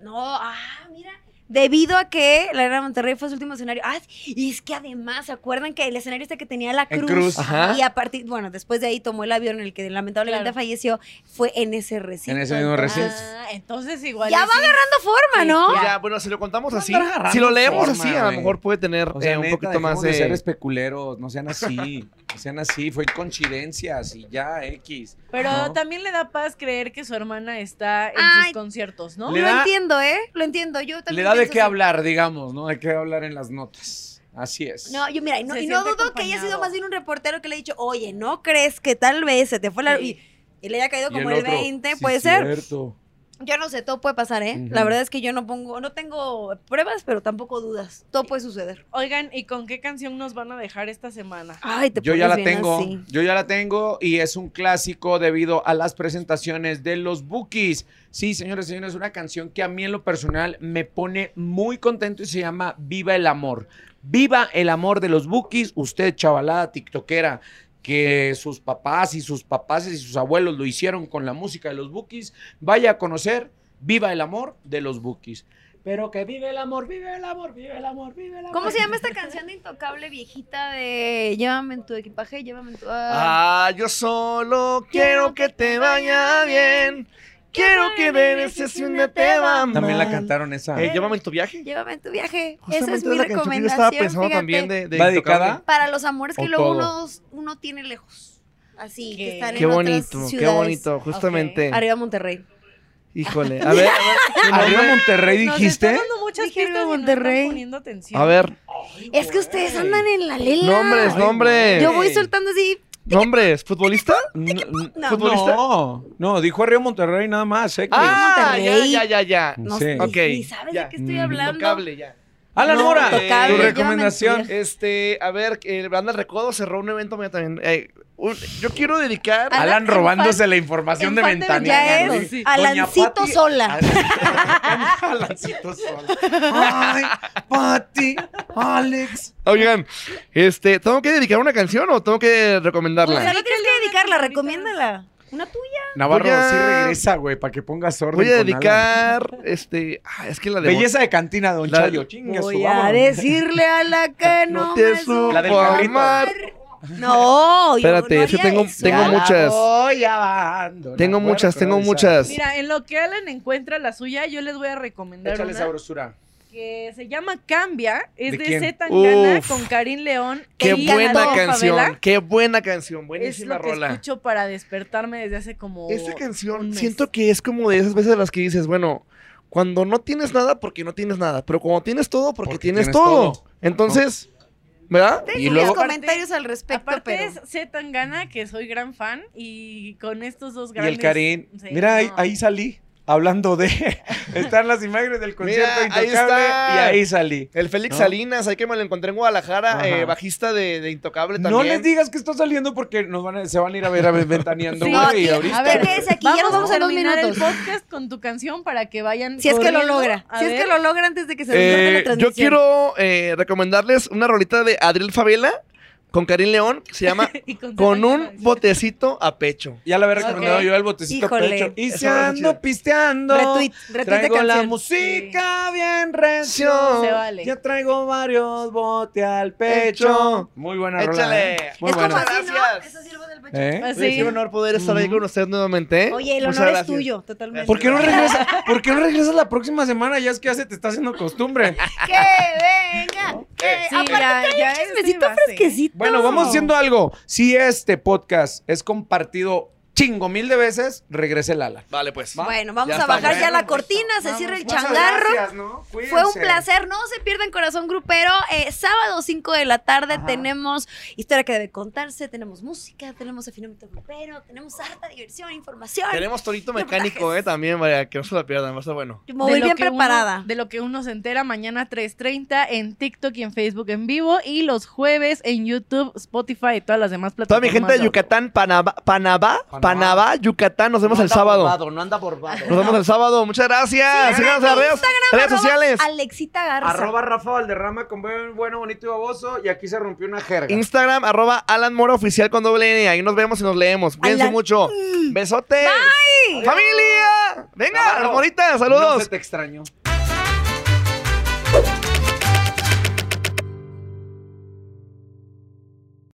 Speaker 1: No, ah, mira. Debido a que la Arena Monterrey fue su último escenario. Ah, y es que además, ¿se acuerdan que el escenario este que tenía la
Speaker 3: En
Speaker 1: cruz?
Speaker 3: cruz.
Speaker 4: Ajá.
Speaker 1: Y a partir, bueno, después de ahí tomó el avión en el que lamentablemente
Speaker 2: Claro.
Speaker 1: falleció, fue en ese recinto.
Speaker 3: En ese mismo recinto.
Speaker 2: Ah, entonces igual.
Speaker 1: Ya
Speaker 2: y
Speaker 1: va
Speaker 2: sí.
Speaker 1: agarrando forma,
Speaker 2: Sí,
Speaker 1: ¿no?
Speaker 2: claro.
Speaker 4: Ya, bueno, si lo contamos así,
Speaker 3: andar agarrando
Speaker 4: si lo leemos
Speaker 3: forma,
Speaker 4: así, a lo
Speaker 3: güey.
Speaker 4: mejor puede tener
Speaker 3: O sea,
Speaker 4: eh, un
Speaker 3: neta,
Speaker 4: poquito más
Speaker 3: dejemos de... ser
Speaker 4: de...
Speaker 3: especuleros, no sean así, no sean así, fue coincidencias y ya, X.
Speaker 2: Pero
Speaker 3: ¿no?
Speaker 2: también le da paz creer que su hermana está en
Speaker 1: Ay.
Speaker 2: sus conciertos, ¿no?
Speaker 3: Le
Speaker 1: Lo
Speaker 3: da-
Speaker 1: entiendo, ¿eh? Lo entiendo. Yo
Speaker 3: Le
Speaker 1: también
Speaker 3: da de
Speaker 1: pienso
Speaker 3: qué
Speaker 1: así.
Speaker 3: hablar, digamos, ¿no? De qué hablar en las notas. Así es.
Speaker 1: No, yo mira, y no,
Speaker 2: Se
Speaker 1: y no dudo
Speaker 2: siente
Speaker 1: que haya sido
Speaker 2: acompañado.
Speaker 1: más bien un reportero que le ha dicho, oye, ¿no crees que tal vez se te fue la...
Speaker 2: Sí.
Speaker 1: Y, y le haya caído
Speaker 3: Y
Speaker 1: como el,
Speaker 3: otro,
Speaker 1: 20,
Speaker 3: sí,
Speaker 1: puede ser.
Speaker 3: cierto.
Speaker 1: Yo no sé, todo puede pasar, ¿eh?
Speaker 3: Ujú.
Speaker 1: La verdad es que yo no pongo, no tengo pruebas, pero tampoco dudas. Todo puede suceder.
Speaker 2: Oigan, ¿y con qué canción nos van a dejar esta semana?
Speaker 1: Ay, te
Speaker 3: Yo ya la
Speaker 1: pones bien
Speaker 3: tengo,
Speaker 1: así.
Speaker 3: yo ya la tengo y es un clásico debido a las presentaciones de los Bookies. Sí, señores, señores, una canción que a mí en lo personal me pone muy contento y se llama Viva el amor. Viva el amor de los Bookies, usted chavalada tiktokera que sus papás y sus papás y sus abuelos lo hicieron con la música de los Bookies, vaya a conocer Viva el amor de los Bookies. Pero que vive el amor, vive el amor, vive el amor, vive el amor.
Speaker 1: ¿Cómo se llama esta canción de Intocable viejita de Llévame en tu equipaje, llévame en tu... ah,
Speaker 4: Ah, yo solo quiero que te vaya bien. Quiero que regreses si un día te va
Speaker 3: También la
Speaker 4: mal.
Speaker 3: cantaron esa.
Speaker 4: Eh, llévame en tu viaje.
Speaker 1: Llévame en tu viaje. Esa es
Speaker 4: Justamente
Speaker 1: mi
Speaker 4: la canción que yo estaba
Speaker 1: recomendación.
Speaker 4: pensando
Speaker 1: fíjate,
Speaker 4: también de, de
Speaker 3: ¿Va
Speaker 4: Intocable.
Speaker 3: dedicada?
Speaker 1: Para los amores
Speaker 3: O
Speaker 1: que luego
Speaker 3: todo.
Speaker 1: uno, uno tiene lejos. Así,
Speaker 2: Qué-
Speaker 1: que están
Speaker 4: Qué
Speaker 1: en
Speaker 4: bonito,
Speaker 1: otras
Speaker 4: qué
Speaker 1: ciudades.
Speaker 4: bonito, justamente.
Speaker 1: Arriba Monterrey.
Speaker 4: Híjole, a ver, a
Speaker 3: Arriba
Speaker 4: ver,
Speaker 3: Monterrey
Speaker 2: Nos está
Speaker 3: dijiste.
Speaker 2: dando muchas
Speaker 1: Dije,
Speaker 2: pistas y no
Speaker 1: Monterrey.
Speaker 2: están poniendo atención.
Speaker 4: a ver,
Speaker 1: Es que ustedes andan en la lela.
Speaker 4: nombres,
Speaker 3: Ay,
Speaker 4: nombres,
Speaker 1: Yo voy soltando así.
Speaker 4: nombres, futbolista.
Speaker 1: No.
Speaker 4: ¿Futbolista?
Speaker 3: No, no, dijo Arriba Monterrey nada más, eh. que-
Speaker 4: Ah, ya,
Speaker 1: Monterrey.
Speaker 4: ya, ya, ya.
Speaker 1: No
Speaker 3: Sí.
Speaker 1: sé.
Speaker 4: Ok,
Speaker 1: Ni sabes
Speaker 4: ya.
Speaker 1: de qué estoy
Speaker 3: Mm.
Speaker 1: hablando.
Speaker 4: Intocable, ya.
Speaker 3: Alan
Speaker 4: No,
Speaker 3: Mora,
Speaker 4: Intocable,
Speaker 3: tu
Speaker 4: llévame en tu
Speaker 3: recomendación.
Speaker 4: Este, a ver, el Banda Recodo cerró un evento mira, también. eh, un- yo quiero dedicar.
Speaker 1: Alan,
Speaker 3: Alan
Speaker 1: en
Speaker 3: robándose la información de
Speaker 2: en fan de
Speaker 1: Ya
Speaker 3: ventanilla.
Speaker 2: Ventaneando,
Speaker 1: es
Speaker 2: sí.
Speaker 1: Alancito
Speaker 3: Doña Pati-
Speaker 1: Sola.
Speaker 3: Alancito Sola. Ay, Pati, Alex.
Speaker 4: Oigan, este, ¿tengo que dedicar una canción o tengo que
Speaker 1: O sea,
Speaker 4: recomendarla?
Speaker 1: no tienes que dedicarla, recomiéndala. Una tuya.
Speaker 3: Navarro,
Speaker 4: Voy a-
Speaker 3: sí regresa, güey, para que pongas orden.
Speaker 4: Voy a
Speaker 3: con Alan.
Speaker 4: dedicar, este, ah, es que la de
Speaker 3: Belleza de cantina, don
Speaker 4: La-
Speaker 3: Chayo. Chinga su
Speaker 1: Voy a
Speaker 3: vámonos.
Speaker 1: decirle a la que no,
Speaker 4: No te
Speaker 1: me
Speaker 4: supo
Speaker 3: La del
Speaker 1: supo
Speaker 3: carrito.
Speaker 1: amar. No, yo
Speaker 4: Espérate,
Speaker 1: no
Speaker 4: es que
Speaker 1: haría
Speaker 4: tengo-
Speaker 1: eso.
Speaker 4: tengo
Speaker 1: Ya.
Speaker 4: mu- muchas.
Speaker 3: Voy abandonando.
Speaker 4: Tengo
Speaker 3: Bueno,
Speaker 4: muchas,
Speaker 3: pero
Speaker 4: tengo
Speaker 3: esa-
Speaker 4: muchas.
Speaker 2: Mira, en lo que Alan encuentra la suya, yo les voy a recomendar
Speaker 3: Échale
Speaker 2: una
Speaker 3: sabrosura.
Speaker 2: que se llama Cambia, es
Speaker 3: ¿De
Speaker 2: de,
Speaker 3: quién?
Speaker 2: Z Tangana
Speaker 4: Uf.
Speaker 2: con Karim León.
Speaker 4: Qué
Speaker 2: y
Speaker 4: buena
Speaker 2: Antonio
Speaker 4: canción,
Speaker 2: Favela.
Speaker 4: qué buena canción,
Speaker 2: Es
Speaker 4: buenísima
Speaker 2: lo que
Speaker 4: rola.
Speaker 2: escucho para despertarme desde hace como
Speaker 4: Esta
Speaker 2: un
Speaker 4: canción
Speaker 2: mes.
Speaker 4: siento que es como de esas veces en las que dices, bueno, cuando no tienes nada porque no tienes nada, pero cuando tienes todo porque,
Speaker 3: Porque
Speaker 4: tienes,
Speaker 3: tienes
Speaker 4: todo.
Speaker 3: todo.
Speaker 4: Entonces, ¿verdad?
Speaker 1: Dejen
Speaker 3: Y luego-
Speaker 1: los comentarios al respecto,
Speaker 2: Aparte
Speaker 1: pero...
Speaker 2: es Z Tangana, que soy gran fan, y con estos dos
Speaker 3: Y
Speaker 2: grandes...
Speaker 3: el Karim.
Speaker 2: Sí,
Speaker 3: Mira, ahí,
Speaker 2: no.
Speaker 3: ahí salí. Hablando de. Están las imágenes del concierto
Speaker 4: Mira, ahí
Speaker 3: intocable.
Speaker 4: está.
Speaker 3: Y ahí salí.
Speaker 4: El Félix
Speaker 3: ¿No?
Speaker 4: Salinas, ahí que me lo encontré en Guadalajara,
Speaker 3: Ajá.
Speaker 4: eh, bajista de, de Intocable también.
Speaker 3: No les digas que está saliendo porque nos van a- se van a ir a ver a Ventaneando,
Speaker 2: Sí.
Speaker 3: güey.
Speaker 2: No,
Speaker 3: y
Speaker 1: tío,
Speaker 3: ahorita.
Speaker 1: a ver, quédese aquí, ya nos vamos en dos
Speaker 2: terminar
Speaker 1: minutos.
Speaker 2: el podcast con tu canción para que vayan
Speaker 1: Si es que lo
Speaker 2: corriendo
Speaker 1: logra.
Speaker 2: a
Speaker 1: Si es que
Speaker 2: ver.
Speaker 1: lo logra antes de que se desmonte
Speaker 4: Eh,
Speaker 1: la transmisión.
Speaker 4: yo quiero eh, recomendarles una rolita de Adriel Favela con Karim León que se llama
Speaker 2: Y con,
Speaker 4: Con un
Speaker 2: Tangana.
Speaker 4: botecito a pecho.
Speaker 3: Ya le había recomendado
Speaker 2: Ok.
Speaker 3: yo el botecito
Speaker 1: Híjole.
Speaker 3: pecho. Y
Speaker 4: Esa
Speaker 3: si
Speaker 4: rola está
Speaker 3: ando
Speaker 4: chida.
Speaker 3: pisteando.
Speaker 1: Retweet, retweet de
Speaker 3: Traigo la
Speaker 1: canción.
Speaker 3: música bien recio.
Speaker 2: Se vale.
Speaker 3: Ya traigo varios bote al pecho.
Speaker 4: Pecho.
Speaker 3: Muy buena rola.
Speaker 4: Échale.
Speaker 3: ¿eh? Muy
Speaker 1: Es como
Speaker 3: buena.
Speaker 1: así, ¿no?
Speaker 4: Gracias.
Speaker 1: Eso sí, del pecho.
Speaker 3: ¿Eh?
Speaker 2: Así.
Speaker 4: Oye, qué honor poder estar ahí con ustedes nuevamente. ¿eh?
Speaker 1: Oye, el
Speaker 4: Muchas
Speaker 1: honor es
Speaker 4: gracias.
Speaker 1: tuyo, totalmente.
Speaker 3: ¿Por qué no regresas? ¿Por qué no regresas la próxima semana? Ya es que ya se te está haciendo costumbre.
Speaker 1: ¡Que venga! Que-
Speaker 4: Eh,
Speaker 2: Sí,
Speaker 1: aparte
Speaker 2: ya-
Speaker 1: trae
Speaker 2: ya
Speaker 1: un
Speaker 2: es
Speaker 1: chismecito
Speaker 2: mi base.
Speaker 1: fresquecito.
Speaker 3: Bueno, vamos haciendo algo. Si este podcast es compartido chingo mil de veces, regrese el ala.
Speaker 4: Vale, pues.
Speaker 1: Bueno, vamos
Speaker 4: Ya
Speaker 1: a bajar
Speaker 4: estamos.
Speaker 1: ya la
Speaker 3: Bueno, pues,
Speaker 1: cortina, se cierra el
Speaker 3: Muchas
Speaker 1: changarro.
Speaker 3: gracias, ¿no?
Speaker 1: Fue un
Speaker 3: Cuídense.
Speaker 1: placer, no se pierdan Corazón Grupero. eh, sábado 5 de la tarde
Speaker 3: Ajá.
Speaker 1: tenemos historia que debe contarse, tenemos música, tenemos afinamiento grupero, tenemos harta diversión, información.
Speaker 4: Tenemos torito mecánico, eh, también, vaya, que no se la pierdan, va a estar bueno.
Speaker 1: Yo Me voy
Speaker 2: De lo
Speaker 1: bien
Speaker 2: que uno-
Speaker 1: preparada.
Speaker 2: de lo que uno se entera mañana 3.30 en TikTok y en Facebook en vivo y los jueves en YouTube, Spotify y todas las demás
Speaker 4: Toda mi
Speaker 2: plataformas.
Speaker 4: gente de Yucatán, Panabá, Panabá,
Speaker 3: Panamá.
Speaker 4: Panabá, Yucatán, nos vemos el sábado.
Speaker 3: no anda borbado.
Speaker 4: Nos vemos el sábado, muchas gracias. Síganos en las redes, redes
Speaker 1: Arroba
Speaker 4: sociales.
Speaker 1: Alexita Garza.
Speaker 3: Arroba Rafa Valderrama con buen, bueno, bonito y baboso. Y aquí se rompió una jerga.
Speaker 4: Instagram, arroba Alan Mora Oficial con doble N. Ahí nos vemos y nos leemos. Cuídense
Speaker 1: Alan. Mm.
Speaker 4: mucho. Besotes. ¡Familia! Venga,
Speaker 3: Navarro,
Speaker 4: las moritas,
Speaker 3: No
Speaker 4: saludos.
Speaker 3: se te extrañó.